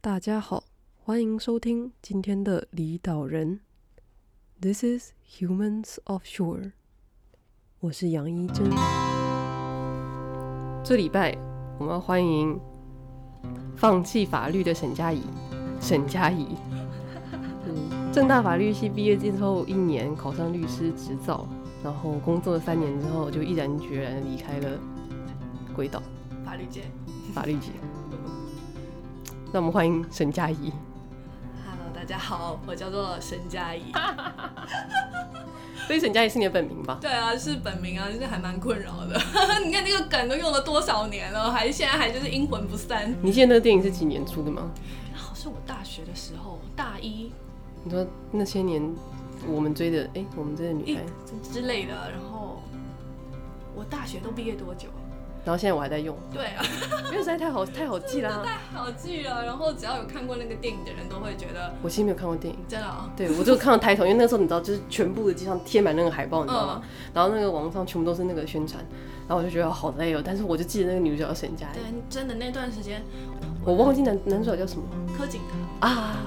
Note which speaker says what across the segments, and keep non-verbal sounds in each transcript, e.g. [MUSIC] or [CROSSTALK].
Speaker 1: 大家好，欢迎收听今天的离岛人。This is Humans Offshore，我是杨一真。这礼拜我们要欢迎放弃法律的沈佳宜。沈佳宜，嗯，正大法律系毕业之后一年考上律师执照，然后工作了三年之后就毅然决然离开了鬼岛
Speaker 2: 法律界。
Speaker 1: 法律界。让我们欢迎沈佳宜。
Speaker 2: Hello，大家好，我叫做沈佳怡。
Speaker 1: 所以沈佳宜是你的本名吧？
Speaker 2: 对啊，是本名啊，就是还蛮困扰的。 [LAUGHS] 你看这个梗都用了多少年了，还现在还就是阴魂不散。
Speaker 1: 你记得那个电影是几年出的吗？
Speaker 2: 好像我大学的时候，大一
Speaker 1: 你说那些年我们追的，哎、我们追的女
Speaker 2: 一
Speaker 1: 孩，
Speaker 2: 之类的，然后我大学都毕业多久啊？
Speaker 1: 然后现在我还在用，
Speaker 2: 对啊， [LAUGHS]
Speaker 1: 因为实在太好太好记啊啦。
Speaker 2: 太好记了。然后只要有看过那个电影的人都会觉得，
Speaker 1: 我其实没有看过电影，
Speaker 2: 真的、啊，
Speaker 1: 对我就看到抬头，因为那时候你知道，就是全部的机上贴满那个海报，你知道吗？然后那个网上全部都是那个宣传，然后我就觉得好累哦。但是我就记得那个女主角叫沈佳宜，
Speaker 2: 对，真的那段时间，
Speaker 1: 我忘记男男主角叫什么
Speaker 2: 柯景腾，
Speaker 1: 啊。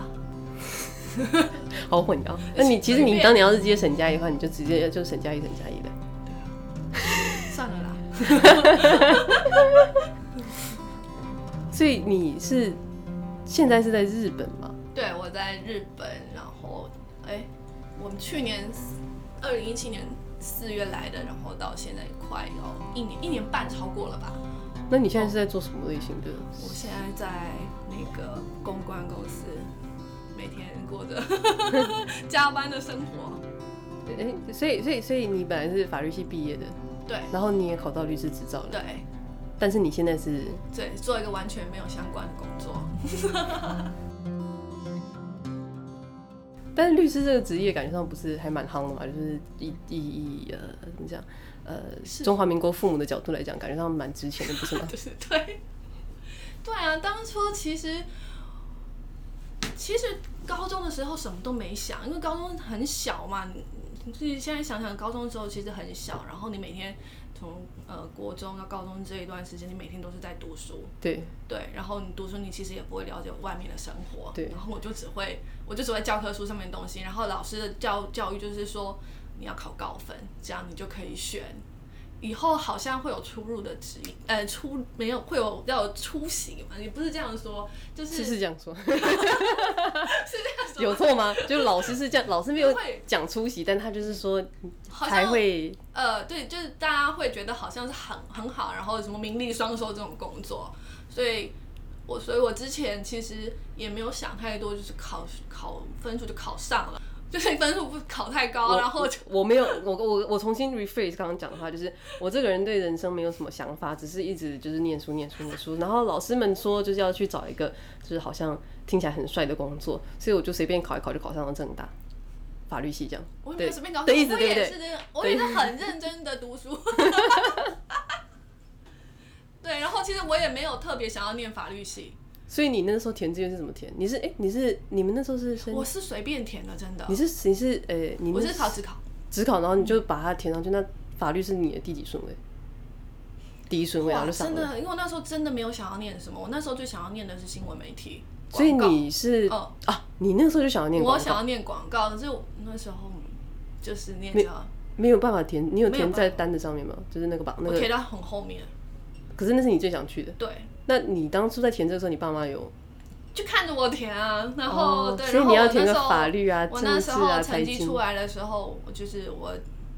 Speaker 1: [LAUGHS] 好混淆。那你其实你当年要是接沈佳宜的话，你就直接就沈佳宜沈佳宜的。
Speaker 2: 算了啦。
Speaker 1: 所以你是现在是在日本吗？
Speaker 2: 对，我在日本，然后哎，我们去年二零一七年四月来的，然后到现在快要一年一年半超过了吧。
Speaker 1: 那你现在是在做什么类型的？
Speaker 2: 我现在在那个公关公司，每天过着 [LAUGHS] 加班的生活。
Speaker 1: 哎、所以所以所以你本来是法律系毕业的，
Speaker 2: 对
Speaker 1: 然后你也考到律师执照了，
Speaker 2: 对
Speaker 1: 但是你现在是
Speaker 2: 对，做一个完全没有相关的工作。
Speaker 1: 但是律师这个职业感觉上不是还蛮夯的嘛？就是以以以呃怎么讲呃
Speaker 2: 是？
Speaker 1: 中华民国父母的角度来讲，感觉上蛮值钱的，不是吗
Speaker 2: 就是对，对啊，当初其实其实高中的时候什么都没想，因为高中很小嘛，你你自己现在想想，高中之后其实很小，然后你每天从呃国中到高中这一段时间，你每天都是在读书，
Speaker 1: 对，
Speaker 2: 对，然后你读书，你其实也不会了解外面的生活，
Speaker 1: 对
Speaker 2: 然后我就只会，我就只会教科书上面的东西，然后老师的教教育就是说，你要考高分，这样你就可以选，以后好像会有出入的指引，呃，出没有会有要有出席嘛？你不是这样说， [LAUGHS] 就是
Speaker 1: 是是这样说， [LAUGHS]
Speaker 2: 这样说
Speaker 1: 有错吗？就是老师是这样，老师没有
Speaker 2: 会
Speaker 1: 讲出席，但他就是说
Speaker 2: 好像
Speaker 1: 才会
Speaker 2: 呃，对，就是大家会觉得好像是很很好，然后什么名利双收这种工作，所以我所以我之前其实也没有想太多，就是考考分数就考上了，就是分数不考太高，然后就
Speaker 1: [LAUGHS] 我没有，我我我重新 rephrase 刚刚讲的话，就是我这个人对人生没有什么想法，只是一直就是念书念书念书。然后老师们说就是要去找一个就是好像听起来很帅的工作，所以我就随便考一考就考上了政大法律系这样。
Speaker 2: 我也没
Speaker 1: 对
Speaker 2: 有随便搞，
Speaker 1: 的意思
Speaker 2: 我
Speaker 1: 对不
Speaker 2: 也
Speaker 1: 对
Speaker 2: 是这样，我也是很认真的读书。 [LAUGHS] 对，然后其实我也没有特别想要念法律系，
Speaker 1: 所以你那时候填志愿是怎么填？你是哎、你是你们那时候是申
Speaker 2: 我是随便填的，真的
Speaker 1: 你，是你是呃、你
Speaker 2: 我
Speaker 1: 那
Speaker 2: 是考职考，
Speaker 1: 只考，然后你就把它填上去。那法律是你的第几顺位？第一顺位，然
Speaker 2: 哇，
Speaker 1: 后啊就上
Speaker 2: 真
Speaker 1: 了。
Speaker 2: 的，因为我那时候真的没有想要念什么，我那时候最想要念的是新闻媒体。
Speaker 1: 所以
Speaker 2: 广告
Speaker 1: 你是、
Speaker 2: 哦
Speaker 1: 啊，你那时候就想要念广
Speaker 2: 我
Speaker 1: 告
Speaker 2: 想要念广告，可是我那时候就是念
Speaker 1: 没
Speaker 2: 着，
Speaker 1: 没有办法填，你有
Speaker 2: 没有
Speaker 1: 填
Speaker 2: 办法
Speaker 1: 在单子上面吗？就是那个榜，那
Speaker 2: 我
Speaker 1: 个
Speaker 2: 贴到很后面，
Speaker 1: 可是那是你最想去的。
Speaker 2: 对，
Speaker 1: 那你当初在填这个时候，你爸妈有？
Speaker 2: 就看着我填啊，然后、
Speaker 1: 哦
Speaker 2: 对，
Speaker 1: 所以
Speaker 2: 然后
Speaker 1: 你要
Speaker 2: 我
Speaker 1: 填
Speaker 2: 那
Speaker 1: 个
Speaker 2: 时候
Speaker 1: 法律啊、
Speaker 2: 我
Speaker 1: 政
Speaker 2: 那
Speaker 1: 治
Speaker 2: 时
Speaker 1: 啊、
Speaker 2: 候
Speaker 1: 财
Speaker 2: 成绩
Speaker 1: 经。
Speaker 2: 出来的时候，我就是我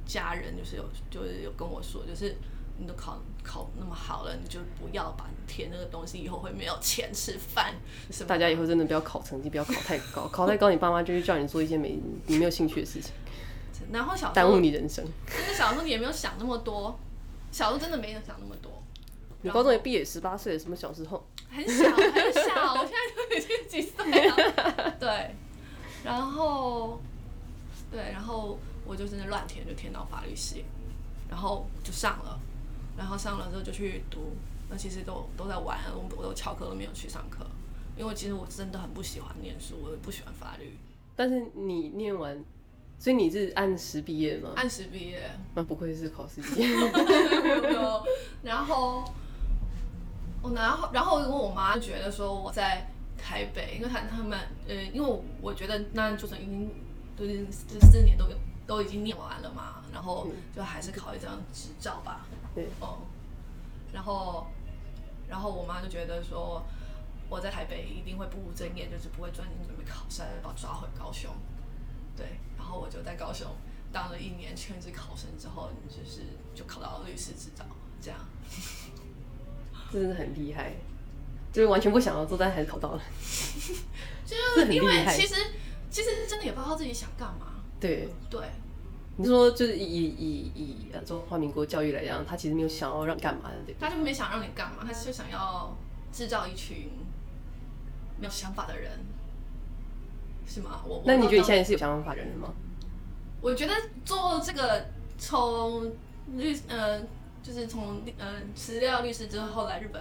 Speaker 2: 家人就是有就是有跟我说，就是你都考考那么好了，你就不要把你填那个东西，以后会没有钱吃饭什么的。
Speaker 1: 大家以后真的不要考成绩，不要考太高， [LAUGHS] 考太高你爸妈就会叫你做一些没你没有兴趣的事情，
Speaker 2: 哦然后小时
Speaker 1: 耽误
Speaker 2: 候
Speaker 1: 你人生。
Speaker 2: 真的小时候你也没有想那么多，小时候真的没有想那么多。
Speaker 1: 你高中也毕业十八岁了，什么小时候？
Speaker 2: 很小很小，我现在都已经几岁了。 [LAUGHS] 对，然后，对，然后我就真的乱填，就填到法律系，然后就上了，然后上了之后就去读，那其实都都在玩，我我都翘课都没有去上课，因为其实我真的很不喜欢念书，我也不喜欢法律，
Speaker 1: 但是你念完，所以你是按时毕业吗？
Speaker 2: 按时毕业，
Speaker 1: 那不愧是考试毕业。 [LAUGHS]
Speaker 2: 然后，我然后然后我跟我妈觉得说我在台北，因为他他们呃，因为我觉得那就成已经都已经这四年都有都已经念完了嘛，然后就还是考一张执照吧。
Speaker 1: 对
Speaker 2: 哦、然后然后我妈就觉得说我在台北一定会不务正业，就是不会专心准备考试，把我抓回高雄。对，然后我就在高雄当了一年全职考生之后，就是就考到律师执照，这样。
Speaker 1: 真的很厉害，就是完全不想要做，但还是考到了。
Speaker 2: 就是
Speaker 1: 很
Speaker 2: 因
Speaker 1: 厉
Speaker 2: 为
Speaker 1: 害
Speaker 2: 其实其实真的也不知道自己想干嘛。
Speaker 1: 对，
Speaker 2: 对，
Speaker 1: 你说就是以以以以呃中华民国教育来讲，他其实没有想要让你干嘛的，对吧？
Speaker 2: 他就没想让你干嘛，他就想要制造一群没有想法的人，是吗？我我
Speaker 1: 那你觉得你现
Speaker 2: 在？
Speaker 1: 在是有想法的人了吗？
Speaker 2: 我觉得做这个从律呃，就是从呃辞掉律师之后来日本，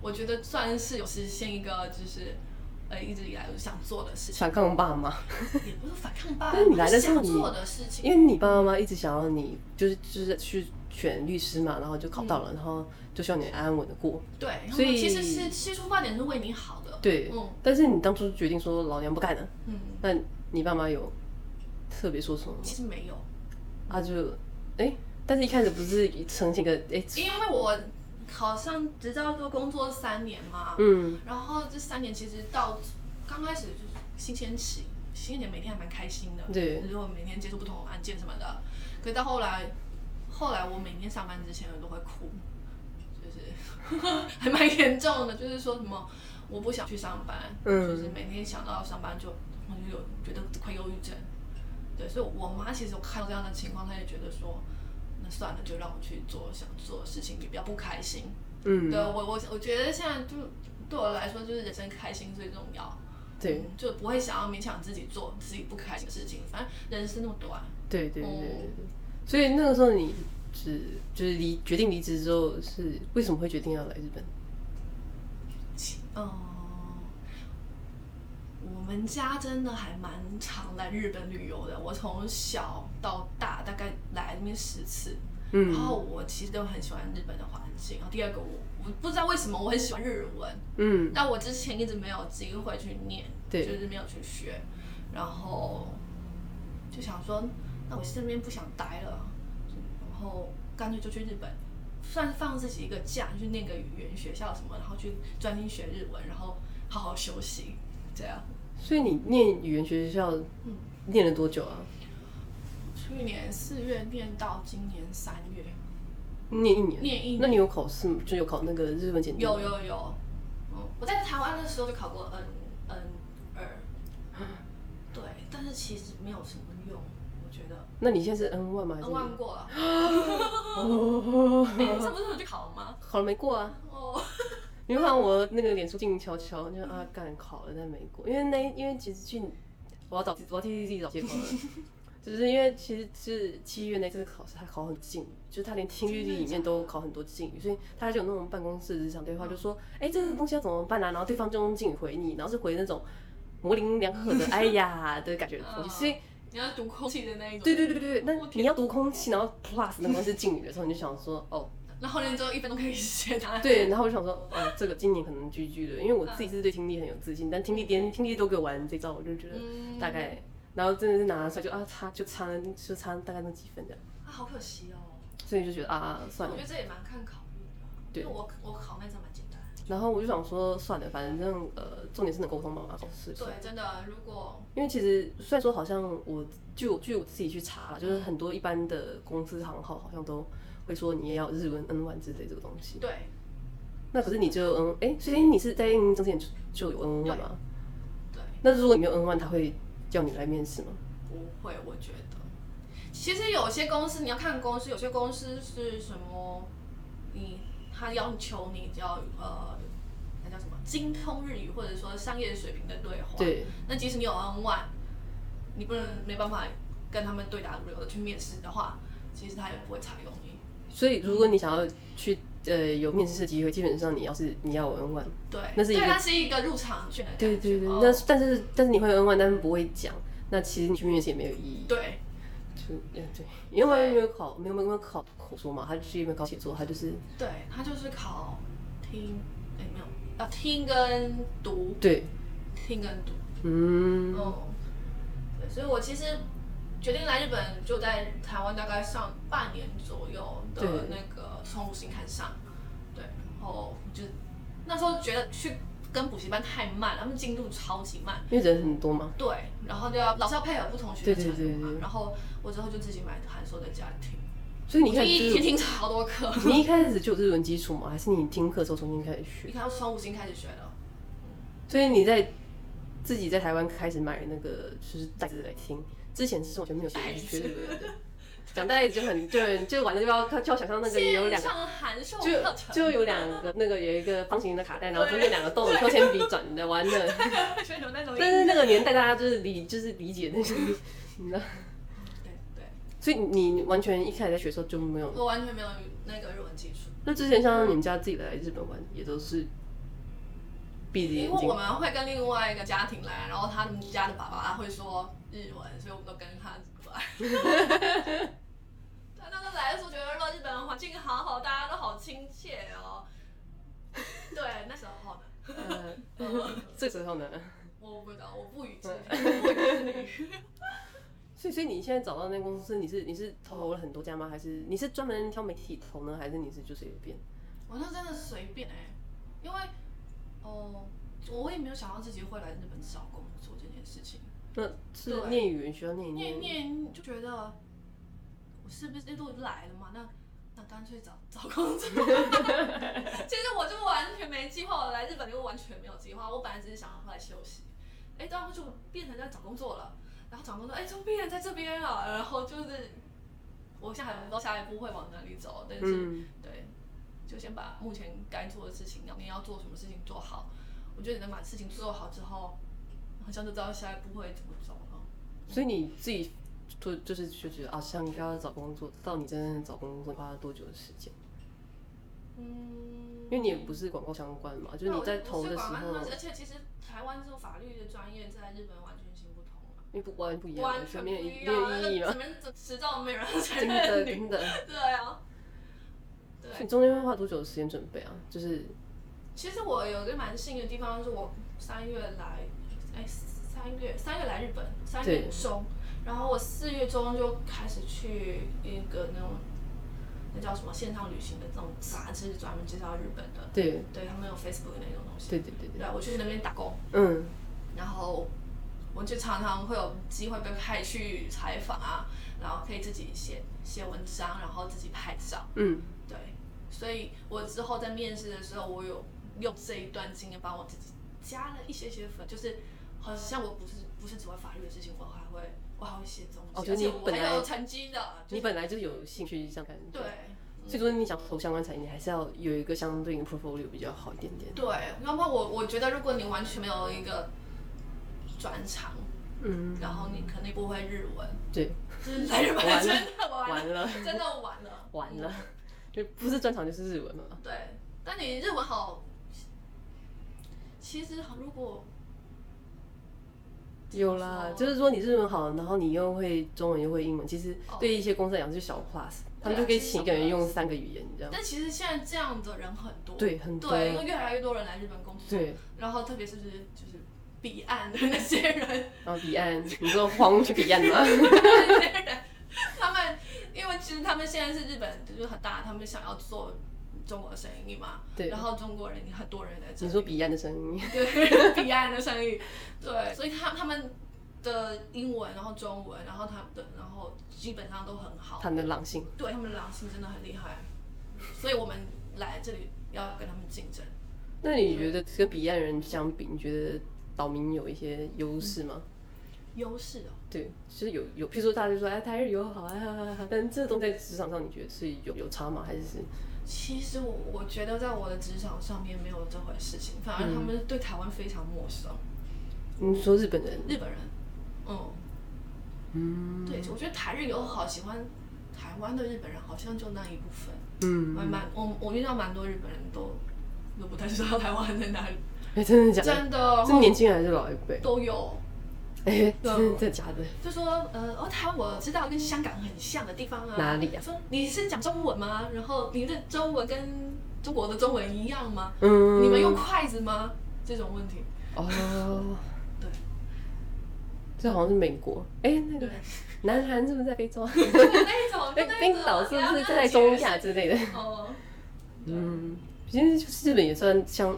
Speaker 2: 我觉得算是有实现一个就是。呃，一直以来我想做
Speaker 1: [LAUGHS]
Speaker 2: 的事情，
Speaker 1: 反抗爸妈，
Speaker 2: 也不是反抗吧，
Speaker 1: 但是你来的时候
Speaker 2: 想
Speaker 1: 你
Speaker 2: 做的事情，
Speaker 1: 因为你爸爸妈妈一直想要你就是就是去选律师嘛，然后就考到了，然后就希望你安安稳的过。
Speaker 2: 对，然后
Speaker 1: 所以
Speaker 2: 其实是其实出发点是为你好的，
Speaker 1: 对，
Speaker 2: 嗯
Speaker 1: 但是你当初决定说老娘不干了，
Speaker 2: 嗯，
Speaker 1: 那你爸妈有特别说什么吗？
Speaker 2: 其实没有，
Speaker 1: 他就哎、但是一开始不是呈现一个哎、
Speaker 2: 因为我好像执照都工作三年嘛，
Speaker 1: 嗯，
Speaker 2: 然后这三年其实到刚开始就是新鲜期，新鲜每天还蛮开心的，
Speaker 1: 对
Speaker 2: 就是我每天接触不同的案件什么的，可是到后来，后来我每天上班之前我都会哭，就是 [LAUGHS] 还蛮严重的，就是说什么我不想去上班，
Speaker 1: 嗯
Speaker 2: 就是每天想到上班就我就有觉得快忧郁症，对，所以我妈其实有看到这样的情况，她也觉得说。那算了，就让我去做想做的事情，也比较不开心。
Speaker 1: 嗯，
Speaker 2: 对我我我觉得现在就对我来说就是人生开心最重要，
Speaker 1: 对
Speaker 2: 嗯就不会想要勉强自己做自己不开心的事情，反正人生那么短，
Speaker 1: 对对对对
Speaker 2: 哦
Speaker 1: 对。所以那个时候你只就是离决定离职之后是为什么会决定要来日本？
Speaker 2: 嗯。我们家真的还蛮常来日本旅游的，我从小到大大概来那边十次，然后
Speaker 1: 嗯
Speaker 2: 我其实都很喜欢日本的环境。然后第二个，我我不知道为什么我很喜欢日文，
Speaker 1: 嗯，
Speaker 2: 但我之前一直没有机会去念，
Speaker 1: 对
Speaker 2: 就是没有去学，然后就想说，那我这边不想待了，然后干脆就去日本，算是放自己一个假，去念个语言学校什么，然后去专心学日文，然后好好休息，这样。
Speaker 1: 所以你念语言学校
Speaker 2: 嗯
Speaker 1: 念了多久啊？
Speaker 2: 去年四月念到今年三月，
Speaker 1: 念一年，
Speaker 2: 念一年
Speaker 1: 那你有考试吗？就有考那个日文检定？
Speaker 2: 有。有有，嗯，我在台湾的时候就考过 N N 二，对，但是其实没有什么用，我觉得。
Speaker 1: 那你现在是 N one 吗？还是
Speaker 2: 嗯，忘过了。
Speaker 1: [LAUGHS]
Speaker 2: 哎你
Speaker 1: 哦，
Speaker 2: 上不是有去考了吗？
Speaker 1: 考了没过啊？
Speaker 2: 哦，
Speaker 1: 你看我那个脸书静悄悄，就啊干考了在美国，因为那因为其实去我要找我要替自己找借口了，就是因为其实是七月那次考试他考很近，就是他连听日历里面都考很多敬语，所以他就有那种办公室职场对话，就说哎、这个东西要怎么办啊，然后对方就用敬语回你，然后是回那种模棱两可的哎呀的感觉的东西，所以
Speaker 2: 你要读空气的那一种。
Speaker 1: 对对对对对，那
Speaker 2: 我
Speaker 1: 你要读空气，然后 plus 那个东西是敬语的时候，你就想说哦。
Speaker 2: 然后呢，之后一分钟可以写答
Speaker 1: [LAUGHS]
Speaker 2: 案。
Speaker 1: 对，然后我就想说，哦，这个今年可能居居的，因为我自己是对听力很有自信，但听力连听力都给我玩这招，我就觉得
Speaker 2: 嗯，
Speaker 1: 大概，然后真的是拿出来就啊，差就差那就差大概那几分这样，
Speaker 2: 啊，好可惜哦。
Speaker 1: 所以就觉得啊，算
Speaker 2: 我
Speaker 1: 了
Speaker 2: 觉。得这也蛮看考虑的。
Speaker 1: 对
Speaker 2: 因为我我考那张蛮简单。
Speaker 1: 然后我就想说，算了，反正呃，重点是能沟通嘛，嘛，是。是
Speaker 2: 对，真的，如果
Speaker 1: 因为其实虽然说好像我据我据我自己去查啦，就是很多一般的公司行号好像都会说你也要日文 N 1之类这个东西。
Speaker 2: 对，
Speaker 1: 那可是你就 N 哎，所以你是在应征之前就就有 N 1吗？
Speaker 2: 对，
Speaker 1: 那如果你没有 N 1他会叫你来面试吗？
Speaker 2: 不会，我觉得。其实有些公司你要看公司，有些公司是什么，你他要求你只要呃，那叫什么精通日语或者说商业水平的对话。
Speaker 1: 对，
Speaker 2: 那即使你有 N one，你不能没办法跟他们对答如流的去面试的话，其实他也不会采用你。
Speaker 1: 所以如果你想要去呃有面试的机会，基本上你要是你要有 N 1
Speaker 2: 对，
Speaker 1: 那是一个
Speaker 2: 对，它是一个入场券的感觉。
Speaker 1: 对对对，
Speaker 2: 哦
Speaker 1: 那但是但是你会有 N 1但是不会讲，那其实你去面试也没有意义。
Speaker 2: 对
Speaker 1: 就嗯对，因为没有考没有没有没有考口说嘛，他就是没有考写作，他就是
Speaker 2: 对，它就是考听，哎、没有，啊，听跟读，
Speaker 1: 对
Speaker 2: 听跟读。
Speaker 1: 嗯，
Speaker 2: 嗯，对，所以我其实决定来日本，就在台湾大概上半年左右的
Speaker 1: 对
Speaker 2: 那个从补习看上，对，然后就那时候觉得去跟补习班太慢了，他们进度超级慢，
Speaker 1: 因为人很多嘛，
Speaker 2: 对，然后就要老师要配合不同学
Speaker 1: 对
Speaker 2: 生
Speaker 1: 对
Speaker 2: 程度
Speaker 1: 对对
Speaker 2: 嘛，然后我之后就自己买函授在家听，
Speaker 1: 所以你
Speaker 2: 我就
Speaker 1: 看，
Speaker 2: 一
Speaker 1: 就
Speaker 2: 天
Speaker 1: 是
Speaker 2: 听超多课，
Speaker 1: 你一开始就有日文基础吗？还是你听课之后重新开始
Speaker 2: 你
Speaker 1: 学？
Speaker 2: 看从五星开始学的，
Speaker 1: 所以你在自己在台湾开始买那个就是袋子来听，之前是完全没有学学日文的。讲袋子就很就很就玩的就要就要想象那个有两
Speaker 2: [LAUGHS] 线上函授
Speaker 1: 就
Speaker 2: 课程， [LAUGHS]
Speaker 1: 就有两个那个有一个方形的卡带，然后中间两个洞，用铅笔转的玩
Speaker 2: [LAUGHS]
Speaker 1: 的。
Speaker 2: 选有那种，
Speaker 1: 但是那个年代大家就是理就是理解那些， [LAUGHS] 你知道，
Speaker 2: 对对，
Speaker 1: 所以你完全一开始在学的时候就没有。
Speaker 2: 我完全没有那个日文基础。
Speaker 1: 那之前像你们家自己来日本玩，也都是闭着
Speaker 2: 因
Speaker 1: 眼
Speaker 2: 为
Speaker 1: 睛
Speaker 2: 我。们会跟另外一个家庭来，然后他们家的爸爸会说日文，所以我们都跟他
Speaker 1: [LAUGHS]
Speaker 2: 来。对，那时候来的时候觉得日本的环境好好，大家都好亲切哦。对，那时候呢，
Speaker 1: 呃，这时候呢，
Speaker 2: 我不知道，我不予置评，不予置评。
Speaker 1: 所以所以你现在找到那间公司，你是你是投了很多家吗？还是你是专门挑媒体投呢？还是你是就随便？
Speaker 2: 我那真的随便哎、因为哦，我也没有想到自己会来日本找工作这件事情。
Speaker 1: 那是
Speaker 2: 对
Speaker 1: 念语言学校念一
Speaker 2: 念一念就觉得我是不是都来了嘛？那那干脆找找工作。 [LAUGHS] 其实我就完全没计划，我来日本就完全没有计划。我本来只是想要回来休息，哎、然后就变成在找工作了。然后找工作，哎、怎么变成在这边了？然后就是我现在还不知道下一步会往哪里走，但是、
Speaker 1: 嗯，
Speaker 2: 对，就先把目前该做的事情，你要做什么事情做好。我觉得你能把事情做好之后，好像就知道下一步会怎么走了。
Speaker 1: 所以你自己做就是就觉得啊，像你刚刚找工作，到你真正找工作花了多久的时间？
Speaker 2: 嗯，
Speaker 1: 因为你也不是广告相关嘛，就是
Speaker 2: 那
Speaker 1: 你
Speaker 2: 我
Speaker 1: 在
Speaker 2: 不
Speaker 1: 投
Speaker 2: 是
Speaker 1: 的时
Speaker 2: 管
Speaker 1: 候
Speaker 2: 他，而且其实台湾这种法律的专业在日本完全行不通啊，
Speaker 1: 因为不完不一样，
Speaker 2: 完全不
Speaker 1: 没有
Speaker 2: 一
Speaker 1: 没
Speaker 2: 样，啊
Speaker 1: 有
Speaker 2: 那
Speaker 1: 意义
Speaker 2: 个 [LAUGHS]
Speaker 1: 嘛
Speaker 2: 怎，么怎迟早没人
Speaker 1: [LAUGHS]
Speaker 2: 承
Speaker 1: 真的
Speaker 2: 认你，
Speaker 1: 真的。
Speaker 2: [LAUGHS] 对啊，对
Speaker 1: 所以。你中间会花多久的时间准备啊？就是
Speaker 2: 其实我有一个蛮幸运的地方，是我三月来，哎，三月三月来日本，三月
Speaker 1: 对
Speaker 2: 中，然后我四月中就开始去一个那种那叫什么线上旅行的那种杂志，专门介绍日本的，
Speaker 1: 对
Speaker 2: 对他们有 Facebook 那种东西，
Speaker 1: 对对对对，
Speaker 2: 对，啊我就去那边打工。
Speaker 1: 嗯，
Speaker 2: 然后我就常常会有机会被派去采访啊，然后可以自己写写文章，然后自己拍照，
Speaker 1: 嗯，
Speaker 2: 对，所以我之后在面试的时候，我有用这一段经验帮我自己加了一些些分，就是好像我不是不是只会法律的事情，我还会我还会写东
Speaker 1: 哦
Speaker 2: 西，
Speaker 1: 就
Speaker 2: 而
Speaker 1: 是
Speaker 2: 且
Speaker 1: 你
Speaker 2: 我
Speaker 1: 本来
Speaker 2: 还有成绩的，
Speaker 1: 你
Speaker 2: 就是
Speaker 1: 本来就有兴趣这样感觉
Speaker 2: 对。
Speaker 1: 所以说你想投相关产业，你还是要有一个相对应的 portfolio 比较好一点点。
Speaker 2: 对，要不然我我觉得如果你完全没有一个专长，
Speaker 1: 嗯，
Speaker 2: 然后你肯定不会日文，
Speaker 1: 对，
Speaker 2: 就是来日本
Speaker 1: 完了
Speaker 2: 真的完
Speaker 1: 完了
Speaker 2: [LAUGHS] 真的完了，
Speaker 1: 完了，就不是专长就是日文嘛。
Speaker 2: 对，但你日文好，其实如果
Speaker 1: 有啦，
Speaker 2: 说
Speaker 1: 就是说你日文好，然后你又会中文又会英文，其实
Speaker 2: 哦
Speaker 1: 对一些公司来讲就是小 plus，他们就可以请一个人用三个语言，你知道吗？
Speaker 2: 但其实现在这样的人很多，
Speaker 1: 对很多
Speaker 2: 对，因为越来越多人来日本工作，
Speaker 1: 对，
Speaker 2: 然后特别是就是就是彼岸的那些
Speaker 1: [LAUGHS]
Speaker 2: 人，
Speaker 1: 然后彼岸，你说黄去彼岸
Speaker 2: [LAUGHS]
Speaker 1: 吗？
Speaker 2: 那些人，他们因为其实他们现在是日本就是很大，他们想要做中国生意嘛，
Speaker 1: 对
Speaker 2: 然后中国人很多人在
Speaker 1: 你
Speaker 2: 这里，
Speaker 1: 说彼岸的声音，
Speaker 2: 对 [LAUGHS] 彼岸的生意，对，所以他他们的英文，然后中文，然后他们的，然后基本上都很好，
Speaker 1: 他们的狼性，
Speaker 2: 对他们的狼性真的很厉害，所以我们来这里要跟他们竞争。
Speaker 1: 那你觉得跟彼岸人相比，你觉得岛民有一些优势吗？
Speaker 2: 优势哦，
Speaker 1: 对，其实有有，譬如说大家就说哎台日友好啊，哈哈哈哈但这都在职场上，你觉得是有有差吗？还是是
Speaker 2: 其实我我觉得在我的职场上面没有这回事情，反而他们对台湾非常陌生，
Speaker 1: 你嗯说日本人？
Speaker 2: 日本人，嗯，
Speaker 1: 嗯
Speaker 2: 对，我觉得台日友好喜欢台湾的日本人好像就那一部分，
Speaker 1: 嗯，
Speaker 2: 蛮蛮我我遇到蛮多日本人都都不太知道台湾在哪里。
Speaker 1: 哎，真的假的？
Speaker 2: 真的
Speaker 1: 是年轻人还是老一辈？
Speaker 2: 都有。
Speaker 1: 哎，
Speaker 2: 对啊
Speaker 1: 真的假的？
Speaker 2: 就说呃，哦，台湾我知道跟香港很像的地方啊。
Speaker 1: 哪里啊
Speaker 2: 说你是讲中文吗？然后你的中文跟中国的中文一样吗？
Speaker 1: 嗯，
Speaker 2: 你们用筷子吗？这种问题。
Speaker 1: 哦，这好像是美国，哎、那 [LAUGHS]
Speaker 2: 对
Speaker 1: 个，南韩是不是在非洲？
Speaker 2: [LAUGHS] 就是那种，就
Speaker 1: 哎
Speaker 2: 那种
Speaker 1: 冰岛是不是在中？亚之类的？
Speaker 2: 哦，
Speaker 1: 嗯，其实就是日本也算像，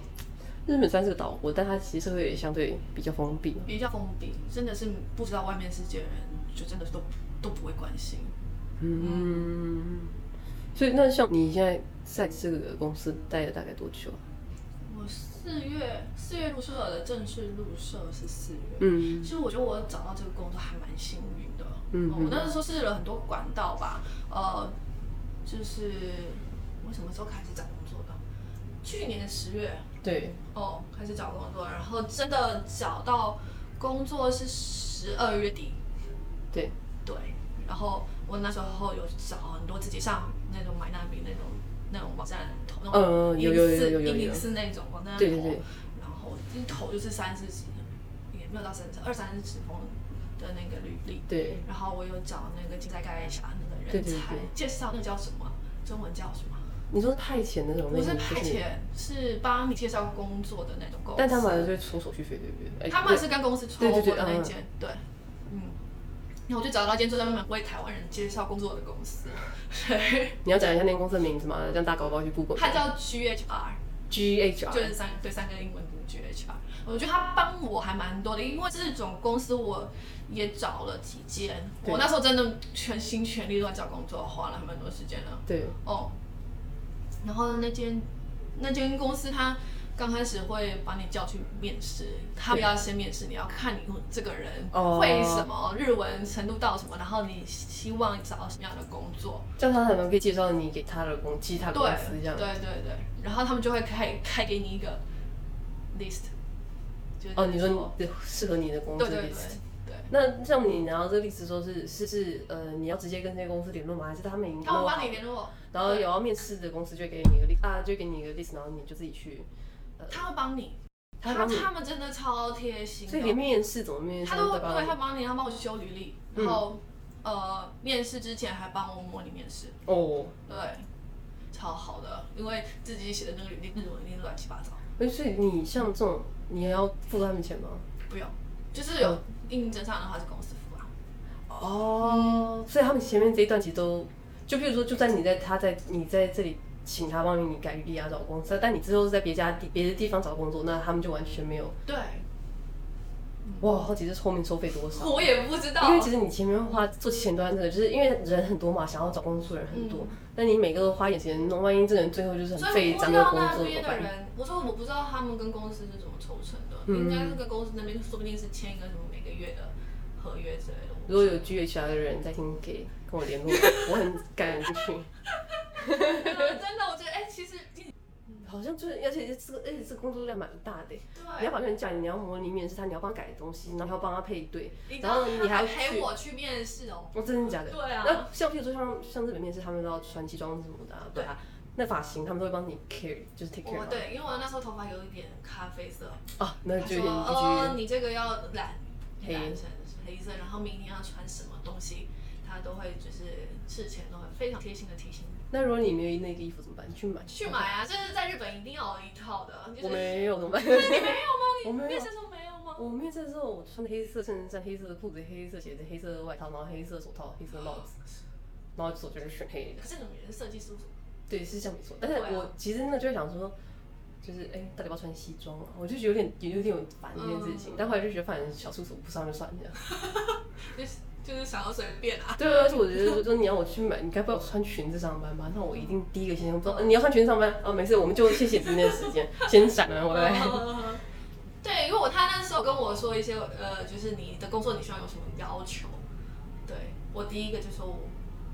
Speaker 1: 日本虽然是个岛国，但它其实社会也相对比较封闭。
Speaker 2: 比较封闭，真的是不知道外面世界的人，就真的都都不会关心。
Speaker 1: 嗯，所以那像你现在在这个公司待了大概多久啊？
Speaker 2: 我四月四月入社的，正式入社是四月。
Speaker 1: 嗯
Speaker 2: 其实我觉得我找到这个工作还蛮幸运的。
Speaker 1: 嗯
Speaker 2: 嗯，我那时候试了很多管道吧，呃，就是我什么时候开始找工作的？去年十月
Speaker 1: 对，
Speaker 2: 哦，开始找工作，然后真的找到工作是十二月底。
Speaker 1: 对，
Speaker 2: 对，然后我那时候有找很多自己上那种买纳米那种那种网站投，那
Speaker 1: 嗯
Speaker 2: 种
Speaker 1: 有有有有有有
Speaker 2: 一零四那种网站投，
Speaker 1: 对对对
Speaker 2: 然后一投就是三四十，也没有到三十，二三十封的那个履历。
Speaker 1: 对，
Speaker 2: 然后我有找那个金在盖侠那个
Speaker 1: 对
Speaker 2: 人
Speaker 1: 对
Speaker 2: 才
Speaker 1: 对
Speaker 2: 介绍，那个叫什么？中文叫什么？
Speaker 1: 你说是派遣那种类
Speaker 2: 不
Speaker 1: 型，
Speaker 2: 是派
Speaker 1: 就是，
Speaker 2: 遣，是帮你介绍工作的那种公司。
Speaker 1: 但他们还是会出手续费，对不对？哎
Speaker 2: 他们是跟公司抽
Speaker 1: 对对
Speaker 2: 过
Speaker 1: 对
Speaker 2: 的那
Speaker 1: 嗯
Speaker 2: 一间，对，嗯，然后我就找到一间专门为台湾人介绍工作的公司， [LAUGHS] 对，
Speaker 1: 你要讲一下那个公司的名字吗？让大狗狗去 Google 一下。
Speaker 2: 它叫 GHR，
Speaker 1: G H
Speaker 2: 就是
Speaker 1: R。
Speaker 2: 三对三个英文读 GHR。我觉得他帮我还蛮多的，因为这种公司我也找了几间，
Speaker 1: 对
Speaker 2: 我那时候真的全心全力都在找工作，花了还蛮多时间了。
Speaker 1: 对，
Speaker 2: 哦，然后那间那间公司它刚开始会把你叫去面试，他不要先面试，你要看你这个人
Speaker 1: 哦
Speaker 2: 会什么，日文程度到什么，然后你希望找到什么样的工作，
Speaker 1: 这样他可能可以介绍你给他的公，其他
Speaker 2: 对
Speaker 1: 公司这
Speaker 2: 对
Speaker 1: 样。
Speaker 2: 对对，然后他们就会开开给你一个 list，就是
Speaker 1: 哦，你说你适合你的公司
Speaker 2: 对
Speaker 1: 的
Speaker 2: 对
Speaker 1: 意
Speaker 2: 对
Speaker 1: 思。
Speaker 2: 对。
Speaker 1: 那像你拿到这个例子，说是是是呃，你要直接跟这些公司联络哦吗？还是他们已经
Speaker 2: 他们
Speaker 1: 都
Speaker 2: 帮你联络，
Speaker 1: 然后有要面试的公司就会给你一个 list 啊，就会给你一个 list，然后你就自己去。
Speaker 2: 他会帮你，
Speaker 1: 他
Speaker 2: 他
Speaker 1: 会帮你
Speaker 2: 他们真的超贴心的，
Speaker 1: 所以连面试怎么面试
Speaker 2: 他都
Speaker 1: 都
Speaker 2: 会
Speaker 1: 在帮
Speaker 2: 对，他
Speaker 1: 你。
Speaker 2: 帮你，他帮我去修履历，
Speaker 1: 嗯
Speaker 2: 然后、呃，面试之前还帮我模拟面试，
Speaker 1: 哦，
Speaker 2: 对，超好的，因为自己写的那个履历日文一定乱七八糟，
Speaker 1: 哎所以你像这种，你还要付他们钱吗？
Speaker 2: 不用，就是
Speaker 1: 嗯
Speaker 2: 有应征上的话是公司付啊，
Speaker 1: 哦，所以他们前面这一段其实都，就比如说，就算你在他在你在这里请他帮你改履历啊找公司，但你之后是在别家地别的地方找工作，那他们就完全没有。
Speaker 2: 对，
Speaker 1: 嗯哇，好奇这后面收费多少？
Speaker 2: 我也不知道
Speaker 1: 因，为其实你前面花做前端这个，就是因为人很多嘛，想要找工作的人很多，但你每个都花一点时间弄，万一这个人最后就是很
Speaker 2: 嗯所
Speaker 1: 废
Speaker 2: 以我不
Speaker 1: 脏
Speaker 2: 知
Speaker 1: 的
Speaker 2: 道
Speaker 1: 工
Speaker 2: 那
Speaker 1: 作怎么
Speaker 2: 边的
Speaker 1: 办？
Speaker 2: 人，我说我不知道他们跟公司是怎么抽成的，
Speaker 1: 嗯
Speaker 2: 应该是跟公司那边说不定是签一个什么每个月的合约之类的，我不
Speaker 1: 如果有
Speaker 2: [LAUGHS]
Speaker 1: GHR 的人在听，可以跟我联络，我很感恩去。
Speaker 2: 真的，我觉得哎、其实
Speaker 1: 好像就是，而且这个，而且这个工作量蛮大的欸。你要
Speaker 2: 对。
Speaker 1: 把人讲，你要模拟面试他，你要帮他改东西，然后还要帮他配对，
Speaker 2: 你知
Speaker 1: 然后
Speaker 2: 道
Speaker 1: 你还
Speaker 2: 他
Speaker 1: 要
Speaker 2: 还
Speaker 1: 去
Speaker 2: 陪我去面试哦，
Speaker 1: 哦，真的假的？
Speaker 2: 对啊
Speaker 1: 那像譬如说像像日本面试，他们都要穿西装什么的、啊，对啊。那发型他们都会帮你 care，就是 take care
Speaker 2: 我
Speaker 1: 嘛。
Speaker 2: 哦对，因为我那时候头发有一点咖啡色，
Speaker 1: 啊，那
Speaker 2: 他
Speaker 1: 就
Speaker 2: 说
Speaker 1: 有点
Speaker 2: 哦，
Speaker 1: 必
Speaker 2: 你这个要染
Speaker 1: 黑
Speaker 2: 染成黑色，然后明天要穿什么东西，他都会就是事前都会非常贴心的提醒你
Speaker 1: 须。那如果你没有那个衣服怎么办？你去买。
Speaker 2: 去买啊，这是在日本一定要有一套的，就是
Speaker 1: 我没有怎么办？
Speaker 2: [LAUGHS] 你没有吗？
Speaker 1: 我
Speaker 2: 你
Speaker 1: 没有
Speaker 2: 面试的时候没有吗？
Speaker 1: 我面试的时候，我穿黑色衬衫、黑色的裤子、黑色鞋子、黑色的外套，然后黑色手套、黑色帽子，
Speaker 2: 啊
Speaker 1: 然后手就是选黑的
Speaker 2: 可。是你们设计师
Speaker 1: 对，是这样没错。但是
Speaker 2: 对啊
Speaker 1: 我其实那就会想说，就是哎、到底要不要穿西装啊？我就觉得有点有点烦这件事情，
Speaker 2: 嗯
Speaker 1: 但后来就觉得反正小束手不上就算了这样。
Speaker 2: 就是就是想要随便 [LAUGHS] 啊，
Speaker 1: 对，而且我觉得说你要我去买，你该不要穿裙子上班吧？那我一定第一个先说，呃你要穿裙子上班啊，没事，我们就谢谢今天的时间，先闪了，我来。
Speaker 2: [LAUGHS] 哦对，因为我他那时候跟我说一些呃，就是你的工作你希望有什么要求，对我第一个就说我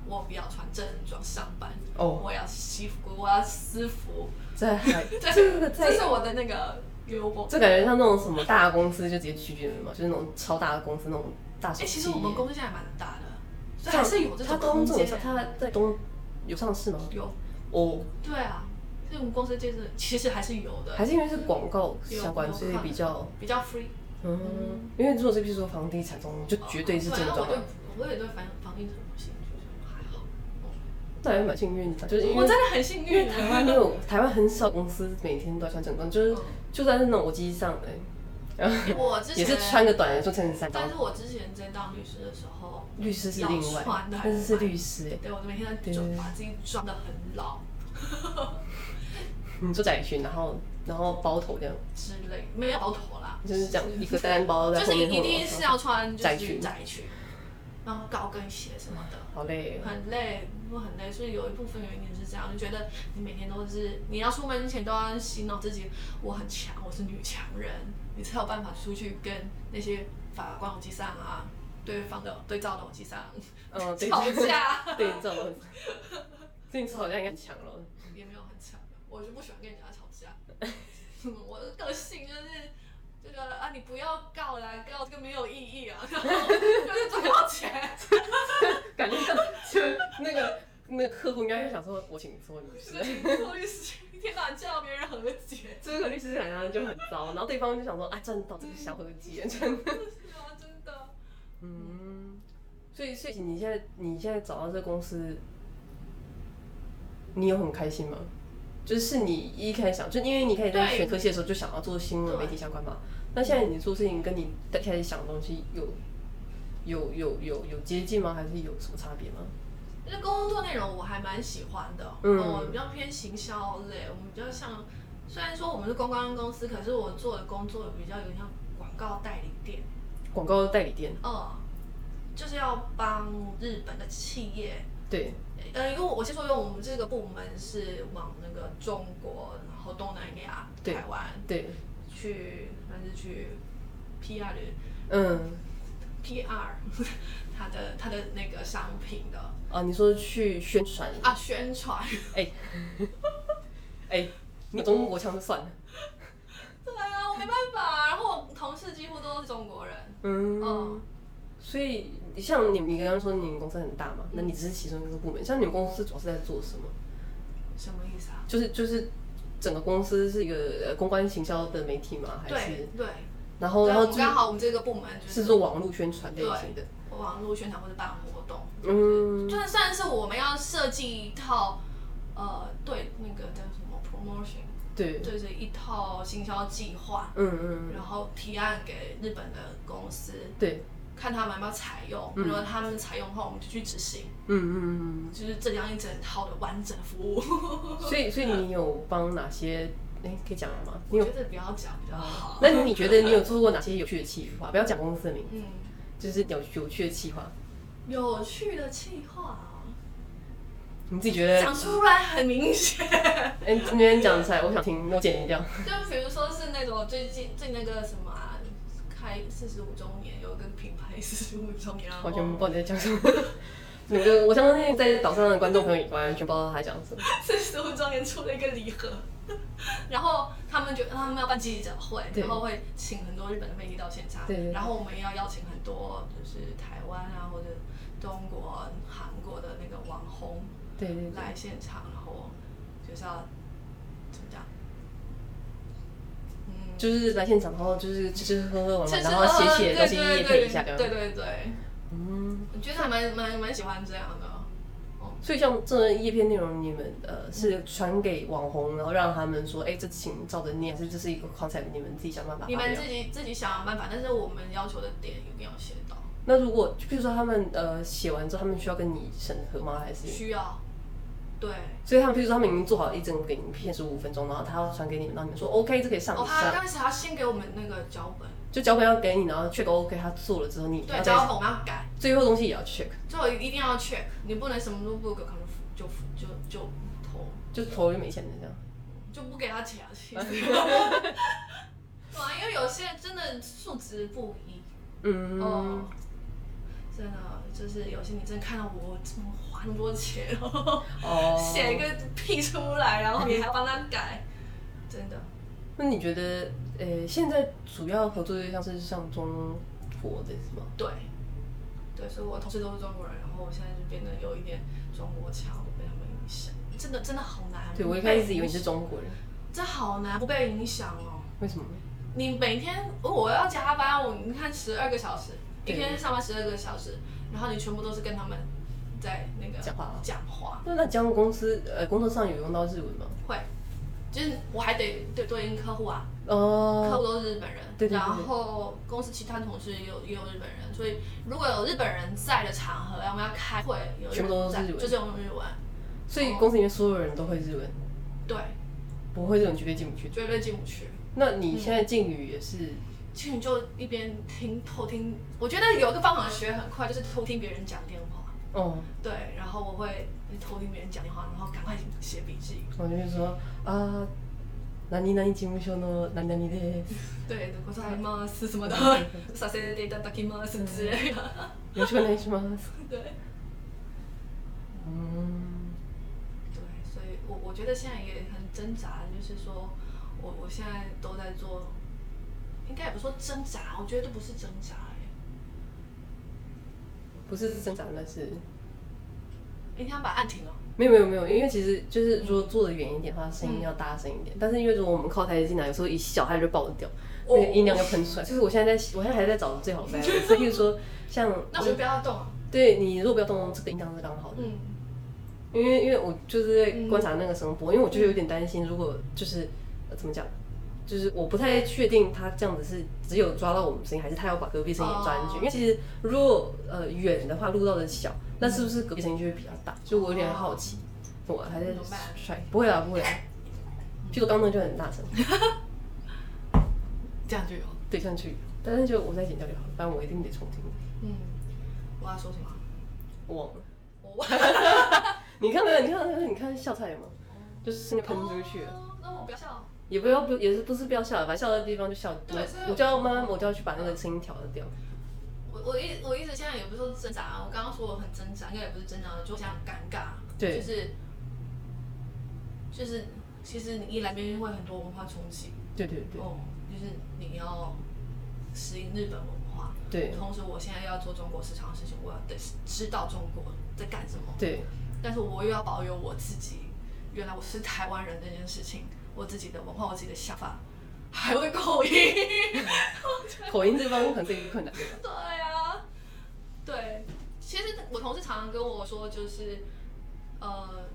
Speaker 2: 我不要穿正装上班，
Speaker 1: 哦，
Speaker 2: 我要西服，我要私 [LAUGHS] 服，
Speaker 1: 在海，
Speaker 2: 对，
Speaker 1: 这个
Speaker 2: 这
Speaker 1: 在
Speaker 2: 是我的那个愿望。
Speaker 1: 这感觉像那种什么大公司就直接拒绝了嘛，就是那种超大的公司那种大
Speaker 2: 哎、
Speaker 1: 手
Speaker 2: 其
Speaker 1: 企
Speaker 2: 实
Speaker 1: 业。
Speaker 2: 我们公司现在蛮大的，所以还是有这
Speaker 1: 他
Speaker 2: 种
Speaker 1: 东
Speaker 2: 空
Speaker 1: 这种
Speaker 2: 间
Speaker 1: 上。他在东有上市吗？
Speaker 2: 有，
Speaker 1: 哦，
Speaker 2: 对啊，所以我们公司就是其实还是有的，
Speaker 1: 还是因为是广告
Speaker 2: 有
Speaker 1: 相关，
Speaker 2: 有
Speaker 1: 所以
Speaker 2: 看
Speaker 1: 比较
Speaker 2: 比较 free。
Speaker 1: 嗯，因为如果是比如说房地产这种，就绝对是
Speaker 2: 对
Speaker 1: 正
Speaker 2: 啊
Speaker 1: 装
Speaker 2: 我就，我也对房房地产有兴趣，就还好。
Speaker 1: 那还蛮幸运的，就是因
Speaker 2: 哦我
Speaker 1: 为。
Speaker 2: 真的很幸
Speaker 1: 因为
Speaker 2: 运，
Speaker 1: 台湾没有，台湾很少公司每天都要穿正装，就是
Speaker 2: 嗯
Speaker 1: 就算是那种我机上哎、
Speaker 2: [LAUGHS] 我之前
Speaker 1: 也是穿着短的做衬衫。
Speaker 2: 但是我之前在当律师的时候，
Speaker 1: 律师是另外
Speaker 2: 要穿的，
Speaker 1: 但是是律师哎，
Speaker 2: 对我每天都
Speaker 1: 对
Speaker 2: 装把自己装的很老
Speaker 1: 你做窄裙，然后然后包头这样，
Speaker 2: 之类，没有包头啦，
Speaker 1: 就是这样一个单包在
Speaker 2: 就
Speaker 1: 后
Speaker 2: 是
Speaker 1: 面，
Speaker 2: 一定是要穿就是
Speaker 1: 窄裙
Speaker 2: 窄裙，然后高跟鞋什么的。
Speaker 1: 好累哦，
Speaker 2: 很累，会很累，所以有一部分原因是这样，就觉得你每天都是，你要出门之前都要洗脑自己，我很强，我是女强人，你才有办法出去跟那些法官偶机上啊， [LAUGHS] 对方的对照的偶机上
Speaker 1: [LAUGHS] 嗯，对
Speaker 2: 吵，架，
Speaker 1: 对，这种，所以你吵架应该很强了，
Speaker 2: 也没有很强，我就不喜欢跟人家吵架， [LAUGHS] 我的个性就是。就觉得啊，你不要告啦，告这个没有意义啊， [LAUGHS] 然后就是赚不到钱。
Speaker 1: 感觉像就那个那个客户应该会想说，我请错律师 [LAUGHS]
Speaker 2: 所。以做律师一天到晚叫别人和解，
Speaker 1: 这个律师想象就很糟，然后对方就想说啊，赚到这个小和解，真的。
Speaker 2: 是啊，真的。
Speaker 1: 嗯，所以所以你现在你现在找到这个公司，你有很开心吗？就是你一开始想，就因为你开始在
Speaker 2: 对
Speaker 1: 学科系的时候就想要做新闻媒体相关嘛。那现在你做事情跟你在开始想的东西有有有有有接近吗？还是有什么差别吗？
Speaker 2: 那工作内容我还蛮喜欢的，
Speaker 1: 嗯
Speaker 2: 我比较偏行销类，我们比较像，虽然说我们是公关公司，可是我做的工作比较有点像广告代理店，
Speaker 1: 广告代理店，
Speaker 2: 嗯，就是要帮日本的企业，
Speaker 1: 对，
Speaker 2: 呃，因为我先说，因为我们这个部门是往那个中国，然后东南亚、
Speaker 1: 对
Speaker 2: 台湾
Speaker 1: 对，
Speaker 2: 去，但是去 PR 的
Speaker 1: 嗯，
Speaker 2: PR [LAUGHS] 它的它的那个商品的
Speaker 1: 啊，你说去宣传，
Speaker 2: 啊宣传，
Speaker 1: 哎、你中国腔就算了，
Speaker 2: 对啊，我没办法，然后我同事几乎都是中国人。
Speaker 1: 嗯
Speaker 2: 嗯，
Speaker 1: 所以像你，你刚刚说你们公司很大
Speaker 2: 嗯
Speaker 1: 嘛，那你只是其中一个部门。像你们公司主要是在做什么？
Speaker 2: 什么意思啊？
Speaker 1: 就是就是整个公司是一个呃公关行销的媒体吗？还是
Speaker 2: 对对，
Speaker 1: 然后然
Speaker 2: 对
Speaker 1: 后
Speaker 2: 我们
Speaker 1: 就
Speaker 2: 刚好我们这个部门就是
Speaker 1: 做网络宣传类型的，
Speaker 2: 网络宣传或者办活动，
Speaker 1: 嗯
Speaker 2: 就算是我们要设计一套，呃，对那个叫什么 promotion，
Speaker 1: 对，
Speaker 2: 就是一套行销计划，
Speaker 1: 嗯嗯嗯
Speaker 2: 然后提案给日本的公司，
Speaker 1: 对，
Speaker 2: 看他们要不要采用。如果他们采用的话，我们就去执行，
Speaker 1: 嗯嗯嗯
Speaker 2: 就是这样一整套的完整服务。
Speaker 1: 嗯。所以所以你有帮哪些？哎、可以讲了吗？你
Speaker 2: 我
Speaker 1: 有
Speaker 2: 觉？得不要讲比较好。
Speaker 1: 那你觉得你有做过哪些有趣的企划？不要讲公司的名，
Speaker 2: 嗯，
Speaker 1: 就是有有趣的企划，
Speaker 2: 有趣的计划啊。
Speaker 1: 你自己觉得？
Speaker 2: 讲出来很明显。
Speaker 1: 哎、今天讲出来，我想听，我剪一掉。
Speaker 2: [LAUGHS] 就比如说是那种最近最那个什么、啊、开四十五周年，有一个品牌四十五周年，然后
Speaker 1: 完全不知道你在讲什么。 [LAUGHS] 你们我相信在岛上的观众朋友也完全不知道他在讲什么。
Speaker 2: 四十五周年出了一个礼盒， [LAUGHS] 然后他们就他们要办记者会，
Speaker 1: 对
Speaker 2: 然后会请很多日本的媒体到现场，
Speaker 1: 对对对
Speaker 2: 然后我们也要邀请很多就是台湾啊或者中国、韩国的那个网红
Speaker 1: 对对对，
Speaker 2: 来现场，然后就是要怎么讲？嗯，
Speaker 1: 就是来现场，然后就是吃吃喝喝玩
Speaker 2: 这
Speaker 1: 玩，
Speaker 2: 是
Speaker 1: 然后写写的东西
Speaker 2: 对
Speaker 1: 也
Speaker 2: 对
Speaker 1: 可以
Speaker 2: 对
Speaker 1: 一下这
Speaker 2: 呃对
Speaker 1: 样。
Speaker 2: 对对，
Speaker 1: 嗯，
Speaker 2: 我觉得还蛮蛮蛮喜欢这样的。
Speaker 1: 所以像这叶片内容，你们呃是传给网红，然后让他们说，哎、这请照着念，还是这是一个 concept，你们自己想办法发
Speaker 2: 你们
Speaker 1: 表
Speaker 2: 自。己自己想想办法，但是我们要求的点一定要写到，
Speaker 1: 那如果就比如说他们呃写完之后，他们需要跟你审核吗？还是？
Speaker 2: 需要。对，
Speaker 1: 所以他们，譬如说他们已经做好一整个影片十五分钟，然后他要传给你们，然后你们说 OK，这可以上
Speaker 2: 哦，
Speaker 1: 上。
Speaker 2: 他刚开始他先给我们那个脚本，
Speaker 1: 就脚本要给你，然后 check OK，他做了之后，你
Speaker 2: 对，
Speaker 1: 要再
Speaker 2: 脚本我们要改，
Speaker 1: 最后东西也要 check，
Speaker 2: 最后一定要 check，你不能什么都不给，可能就就就投，
Speaker 1: 就是投就没钱的这样。
Speaker 2: 就不给他钱啊，其实
Speaker 1: 嗯
Speaker 2: [LAUGHS] 对啊，因为有些人真的素质不一，
Speaker 1: 嗯，
Speaker 2: 哦，真的就是有些你真的看到我这么花那么多钱，然后
Speaker 1: 哦
Speaker 2: 写一个屁出来，然后你还要帮他
Speaker 1: [LAUGHS]
Speaker 2: 改，真的。
Speaker 1: 那你觉得，呃，现在主要合作对象是像中国的是吗？
Speaker 2: 对，对，所以我同事都是中国人，然后我现在就变得有一点中国腔，我被他们影响，真的真的好难。
Speaker 1: 对我一开始以为你是，中国人，
Speaker 2: 这好难不被影响哦。
Speaker 1: 为什么？
Speaker 2: 你每天哦我要加班，我你看十二个小时，一
Speaker 1: 对
Speaker 2: 天上班十二个小时，然后你全部都是跟他们在那个
Speaker 1: 讲话
Speaker 2: 讲话，
Speaker 1: 那那加入公司，呃，工作上有用到日文吗？
Speaker 2: 会，就是我还得对对应客户啊，客户
Speaker 1: 哦，
Speaker 2: 都是日本人，
Speaker 1: 对对对对
Speaker 2: 然后公司其他同事也有也有日本人，所以如果有日本人在的场合，我们要开会，有
Speaker 1: 全部都是
Speaker 2: 在
Speaker 1: 日文
Speaker 2: 就是用日文，
Speaker 1: 所以公司里面所有人都会日文，
Speaker 2: 对，
Speaker 1: 不会日文绝对进不去。
Speaker 2: 绝对进不去。
Speaker 1: 那你现在进语也是，
Speaker 2: 其实你就一边听偷听，我觉得有一个方法学很快，就是偷听别人讲电话。
Speaker 1: 哦，
Speaker 2: 对，然后我会偷听别人讲电话，然后赶快写笔记。
Speaker 1: 哦我就会说啊， [LAUGHS] 哪里哪里进不去呢，哪里哪里的，
Speaker 2: 对，ございます什么的，させていただきます之类的。
Speaker 1: よろしくお願いします。
Speaker 2: [LAUGHS] 对
Speaker 1: 嗯，
Speaker 2: 对，所以我我觉得现在也很挣扎，就是说我我现在都在做，应该也不说挣扎，我觉得都不是挣扎、欸，
Speaker 1: 不是是挣扎，但是
Speaker 2: 哎你想把按停了、哦
Speaker 1: 没有没有没有，因为其实就是如果坐得远一点的话，声音要大声一点。但是因为如果我们靠台阶进来，有时候一小它就爆掉，
Speaker 2: 哦
Speaker 1: 那个音量就喷出来。就是我现在在，我现在还在找最好的 balance。所以说，像
Speaker 2: [LAUGHS] 那我就不要动啊了。
Speaker 1: 对你如果不要动，这个音量是刚好的。
Speaker 2: 嗯，
Speaker 1: 因为因为我就是在观察那个声波，因为我就有点担心，如果就是、呃怎么讲，就是我不太确定他这样子是只有抓到我们声音，还是他要把隔壁声音也抓进去。
Speaker 2: 哦
Speaker 1: 因为其实如果呃远的话录到的小，那是不是隔壁声音就会比较大？所以我有点好奇，我还在
Speaker 2: 哦怎么办
Speaker 1: 甩，不会啦不会啦，譬如刚刚那就很大声，
Speaker 2: 这样就有。
Speaker 1: 对上去，但是就我再剪掉就好了，不然我一定得重听。
Speaker 2: 嗯，我要说什么？
Speaker 1: 我忘了，
Speaker 2: 我忘 [LAUGHS]
Speaker 1: 你看没有？你看没有？你看笑菜有没有？就是那个喷出去了。
Speaker 2: 哦那我不要笑。
Speaker 1: 也不要不也是不是不要笑，反正笑的地方就笑。
Speaker 2: 对所以
Speaker 1: 我我就要慢慢，我就要去把那个声音调掉。
Speaker 2: 我我一我一直现在也不是说挣扎啊，我刚刚说我很挣扎，应该也不是挣扎，就想尴尬，啊
Speaker 1: 对
Speaker 2: 就是就是，其实你一来这边会很多文化冲击，
Speaker 1: 对对
Speaker 2: 哦，就是你要适应日本文化，
Speaker 1: 对
Speaker 2: 同时我现在要做中国市场的事情，我要得知道中国在干什么，
Speaker 1: 对
Speaker 2: 但是我又要保有我自己，原来我是台湾人这件事情，我自己的文化，我自己的想法，还会口音。
Speaker 1: 对，口音这方面可能是一个
Speaker 2: [LAUGHS]
Speaker 1: 困难。
Speaker 2: 对啊，对，其实我同事常常跟我说，就是呃，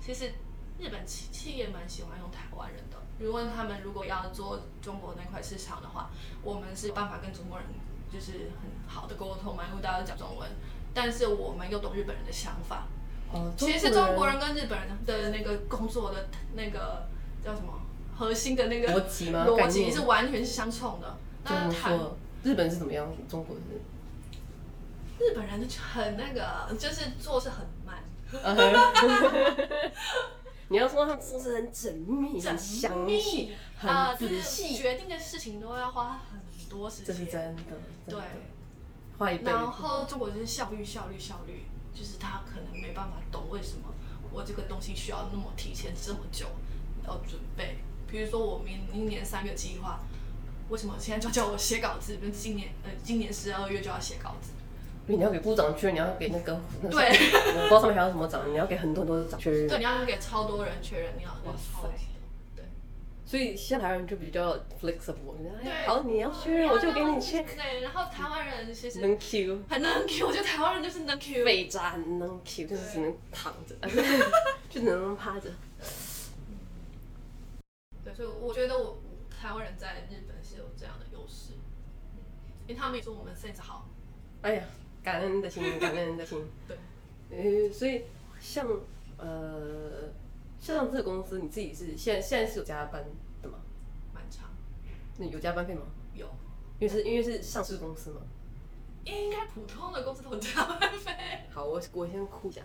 Speaker 2: 其实日本企企业蛮喜欢用台湾人的。如果他们如果要做中国那块市场的话，我们是有办法跟中国人就是很好的沟通嘛，因为大家都讲中文，但是我们又懂日本人的想法。
Speaker 1: 哦，
Speaker 2: 其实是中国人跟日本人的那个工作的那个叫什么核心的那个
Speaker 1: 逻辑吗
Speaker 2: 逻
Speaker 1: 概
Speaker 2: 辑
Speaker 1: 念
Speaker 2: 是完全相冲的。
Speaker 1: 怎
Speaker 2: 那
Speaker 1: 么
Speaker 2: 台
Speaker 1: 说？日本是怎么样？中国是？
Speaker 2: 日本人就很那个，就是做事很慢，
Speaker 1: 啊
Speaker 2: [LAUGHS]
Speaker 1: 你要说他们做事很缜密、很详细、
Speaker 2: 啊，
Speaker 1: 很
Speaker 2: 就
Speaker 1: 仔
Speaker 2: 是
Speaker 1: 细，
Speaker 2: 决定的事情都要花很多时
Speaker 1: 这是
Speaker 2: 间。
Speaker 1: 真的。真的
Speaker 2: 对，
Speaker 1: 花一辈子
Speaker 2: 然。后中国就是效率，效率，效率，就是他可能没办法懂为什么我这个东西需要那么提前这么久要准备。比如说我明明年三月计划，为什么现在就叫我写稿子？不是今年呃，今年十二月就要写稿子。
Speaker 1: 因为你要给部长确认，你要给那个，那
Speaker 2: 对
Speaker 1: 什么我不知道上面还有什么长，你要给很多很多长确认。
Speaker 2: 对，你要给超多人确认，你要
Speaker 1: 哇塞
Speaker 2: 超级对。
Speaker 1: 所以像台湾人就比较 flexible，哎好，你要确认我就给你确认，
Speaker 2: 对，然后台湾人其实
Speaker 1: 能 Q，
Speaker 2: 很能 [LAUGHS] Q，我觉得台湾人就是能 Q。
Speaker 1: 被渣能 Q，就是只能躺着，就只能趴着。
Speaker 2: 对，所以我觉得我台湾人在日本是有这样的优势，嗯因为他们也说我们 sense 好。
Speaker 1: 哎呀，感恩的心，感恩的心。
Speaker 2: 对，
Speaker 1: 呃，所以像呃，像这个公司，你自己是现在现在是有加班的吗？
Speaker 2: 蛮长
Speaker 1: 那有加班费吗？
Speaker 2: 有，
Speaker 1: 因为是因为是上市公司嘛。
Speaker 2: 应该普通的公司都有加班费，
Speaker 1: 好，我我先哭一下。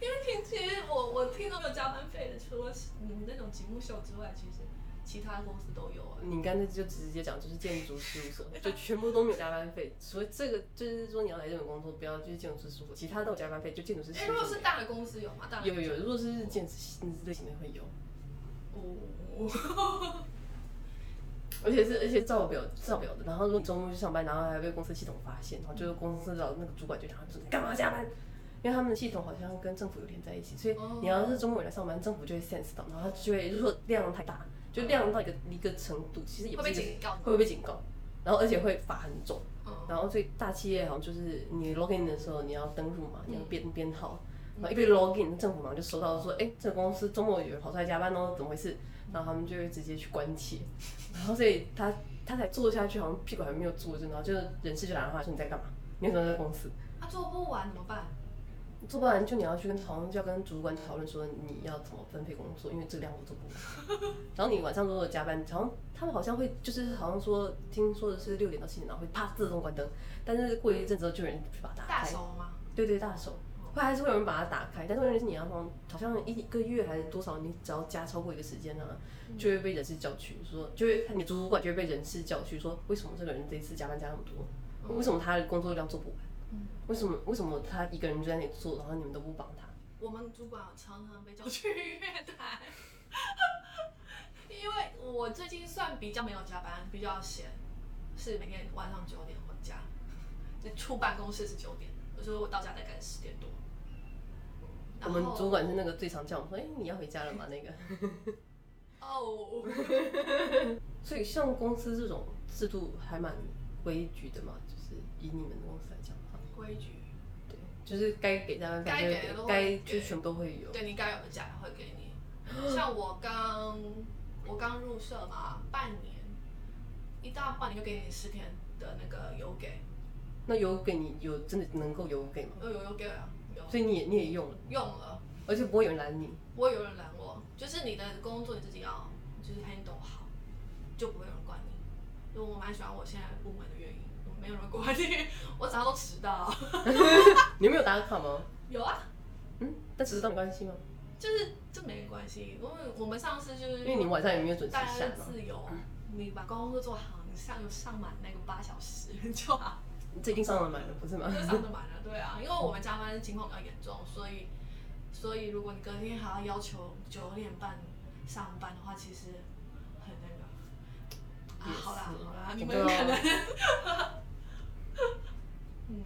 Speaker 2: 因为平其实我我听到有加班费的，除了嗯那种节目秀之外，其实其他公司都有啊。
Speaker 1: 你刚才就直接讲，就是建筑事务所，就全部都没有加班费。所以这个就是说，你要来日本工作，不要去建筑师事务所，其他都有加班费，就建筑师事
Speaker 2: 哎，
Speaker 1: 务
Speaker 2: 如果
Speaker 1: 所
Speaker 2: 是大的公司有吗？大的
Speaker 1: 有有，有，如果是建筑师类型的会有，
Speaker 2: 哦， [LAUGHS]
Speaker 1: 而且是而且照表照表的。然后如果你周末去上班，然后还被公司系统发现，然后就是公司老那个主管就讲，就是干嘛加班？因为他们的系统好像跟政府有连在一起，所以
Speaker 2: 哦
Speaker 1: 你要是周末有来上班，政府就会 sense 到，然后他就会如果量太大，就量到一个一个程度，其实也
Speaker 2: 会
Speaker 1: 不是
Speaker 2: 被
Speaker 1: 一个
Speaker 2: 警告吗？
Speaker 1: 会被警告，然后而且会罚很重。
Speaker 2: 嗯
Speaker 1: 然后最大企业好像就是你 login 的时候，你要登入嘛，你要编编号，然后一被 login，政府马上就收到说，哎、这个公司周末有人跑出来加班哦，怎么回事？然后他们就会直接去关切，然后所以他他才坐下去，好像屁股还没有坐正，然后就是人事就打电话说你在干嘛？你为什么在公司？
Speaker 2: 他啊做不完怎么办？
Speaker 1: 做不完就你要去跟好像就要跟主管讨论说你要怎么分配工作，因为这个量我做不完。 [LAUGHS] 然后你晚上如果有加班，好像他们好像会就是好像说听说的是六点到七点，然后会啪自动关灯，但是过一阵子之后就有人去把它打
Speaker 2: 大
Speaker 1: 开。
Speaker 2: 手吗？
Speaker 1: 对对，大手。会还是会有人把它打开，但是问题是你要从好像一个月还是多少，你只要加超过一个时间呢、啊，
Speaker 2: 嗯
Speaker 1: 就会被人事叫去说，就会你主管就会被人事叫去说，为什么这个人这一次加班加那么多？
Speaker 2: 嗯
Speaker 1: 为什么他的工作量做不完？为什么为什么他一个人就在那里做，然后你们都不帮他？
Speaker 2: 我们主管常常被叫去月台，因为我最近算比较没有加班，比较闲，是每天晚上九点回家，就出办公室是九点，我说我到家大概十点多。
Speaker 1: 我
Speaker 2: 然后
Speaker 1: 们主管是那个最常叫我们说，哎、你要回家了吗？那个。
Speaker 2: 哦，
Speaker 1: 所以像公司这种制度还蛮规矩的嘛，就是以你们公司来讲的话，
Speaker 2: 规矩，
Speaker 1: 对，就是该给加班费
Speaker 2: 该
Speaker 1: 还是
Speaker 2: 给的
Speaker 1: 给
Speaker 2: 都会
Speaker 1: 该
Speaker 2: 给
Speaker 1: 就全部都会有。
Speaker 2: 对你该有的假会给你。像我刚我刚入社嘛，半年，一到半年就给你十天的那个有给，
Speaker 1: 那有给你有真的能够有给吗？
Speaker 2: 有有有给啊，有
Speaker 1: 所以你也你也用了，
Speaker 2: 用了。
Speaker 1: 而且不会有人拦你。
Speaker 2: 不会有人拦我，就是你的工作你自己要就是 handle 好，就不会有人管你。就我蛮喜欢我现在部门的原因，我没有人管你， [LAUGHS] 我早上都迟到。
Speaker 1: 你没有打卡吗？
Speaker 2: 有啊，
Speaker 1: 嗯，但迟到没关系吗？
Speaker 2: 就是这没关系，因为我们上司就是
Speaker 1: 因为你晚上也没有准时
Speaker 2: 大家
Speaker 1: 下嗯
Speaker 2: 是
Speaker 1: 嘛。
Speaker 2: 自由，你把工作做好，你上就上满那个八小时 [LAUGHS] 就好，
Speaker 1: 你最近上了满了，不是吗 [LAUGHS]
Speaker 2: 就？上得满了。对啊，因为我们加班情况比较严重，所以所以如果你隔天还要要求九点半上班的话，其实很那个。啊
Speaker 1: 也，
Speaker 2: 好啦
Speaker 1: 是
Speaker 2: 好啦，你们
Speaker 1: 对啊
Speaker 2: 可能
Speaker 1: [LAUGHS]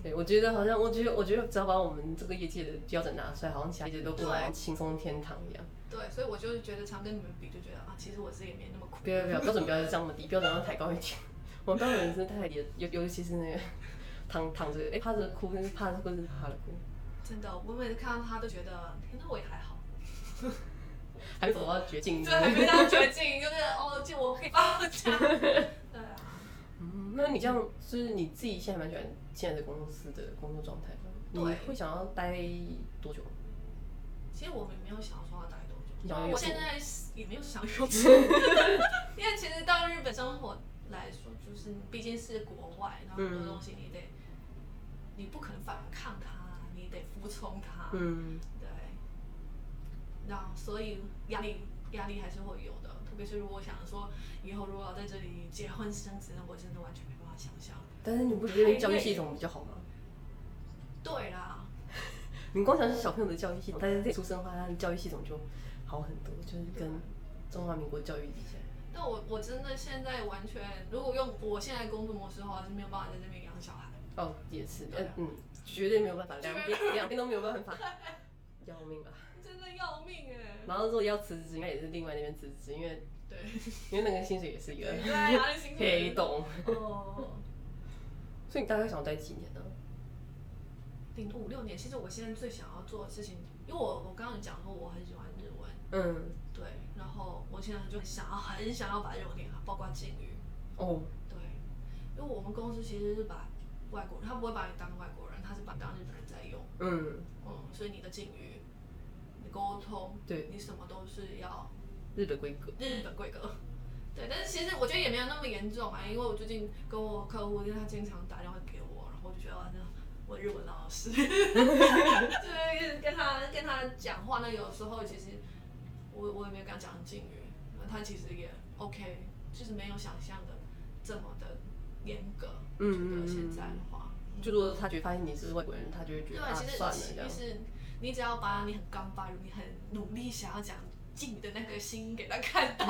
Speaker 1: 对，我觉得好像，我觉得，我觉得只要把我们这个业界的标准拿出来，好像其他业界都过得好像轻松天堂一样。
Speaker 2: 对，所以我就是觉得常跟你们比，就觉得啊，其实我自己也没那么苦
Speaker 1: 不。要不要，标准不要这么低，标准要抬高一点。 [LAUGHS] 我们标准真的太低了，尤尤其是那个躺躺着，哎、趴着哭，跟趴着哭，是趴着哭，
Speaker 2: 真的，我每次看到他都觉得，天哪，我也还
Speaker 1: [LAUGHS]
Speaker 2: 好，
Speaker 1: 还没走到绝境。
Speaker 2: 对，还没到绝境，就是哦，就我可以放假。 [LAUGHS] 对啊，
Speaker 1: 嗯那你这样，就是你自己现在蛮喜欢现在的公司的工作状态吗？你
Speaker 2: 对
Speaker 1: 会想要待多久？
Speaker 2: 其实我们没有想说要待多
Speaker 1: 你
Speaker 2: 久
Speaker 1: 想要，有
Speaker 2: 我现在也没有
Speaker 1: [LAUGHS]
Speaker 2: 想要因为其实到日本生活来说，就是你毕竟是国外，然后很多
Speaker 1: 嗯
Speaker 2: 东西你得，你不可能反抗它，你得服从它。
Speaker 1: 嗯，
Speaker 2: 对，那所以压力压力还是会有的，特别是如果想说以后如果要在这里结婚生子，那我真的完全没办法想象。
Speaker 1: 但是你不觉得教育系统比较好吗？
Speaker 2: 对啦，
Speaker 1: 你光想是小朋友的教育系统，但是这里出生的话，他的教育系统就好很多，就是跟中华民国教育比起来，
Speaker 2: 但我我真的现在完全，如果用我现在工作模式的话，是没有办法在这边养小孩。
Speaker 1: 哦，也是，嗯嗯，绝对没有办法，两边两边都没有办 [LAUGHS] 法，要命啊！
Speaker 2: 真的要命哎、
Speaker 1: 然后如果要辞职，应该也是另外那边辞职，因为
Speaker 2: 对，
Speaker 1: 因为那个薪水也是一个
Speaker 2: 对，哪里辛苦
Speaker 1: 黑
Speaker 2: 人？
Speaker 1: 洞。
Speaker 2: 哦，
Speaker 1: 所以你大概想要待几年呢、
Speaker 2: 顶多五六年。其实我现在最想要做的事情，因为我我刚刚有讲过我很喜欢日文，
Speaker 1: 嗯，
Speaker 2: 对，然后我现在就想要很想要把日文练好，包括敬语。
Speaker 1: 哦，
Speaker 2: 对，因为我们公司其实是把外国人，他不会把你当外国人，他是把你当日本人在用。
Speaker 1: 嗯，
Speaker 2: 嗯，所以你的敬语、你的沟通，
Speaker 1: 对，
Speaker 2: 你什么都是要
Speaker 1: 日本规格，
Speaker 2: 日本规格。对，但是其实我觉得也没有那么严重啊，因为我最近跟我客户，因为他经常打电话给我，然后我就觉得哇，那我日文老师， [LAUGHS] 就是跟他跟他讲话，那有时候其实我我也没有跟他讲敬语，那他其实也 OK，就是没有想象的这么的严格。
Speaker 1: 嗯嗯
Speaker 2: 我觉得现在
Speaker 1: 嗯
Speaker 2: 的。话，
Speaker 1: 就如果他觉得发现你是外国人，他就会觉
Speaker 2: 对
Speaker 1: 得啊，
Speaker 2: 其
Speaker 1: 算了
Speaker 2: 实
Speaker 1: 这样
Speaker 2: 其。实你只要把你很刚巴，你很努力想要讲敬语的那个心给他看
Speaker 1: [LAUGHS]
Speaker 2: 到，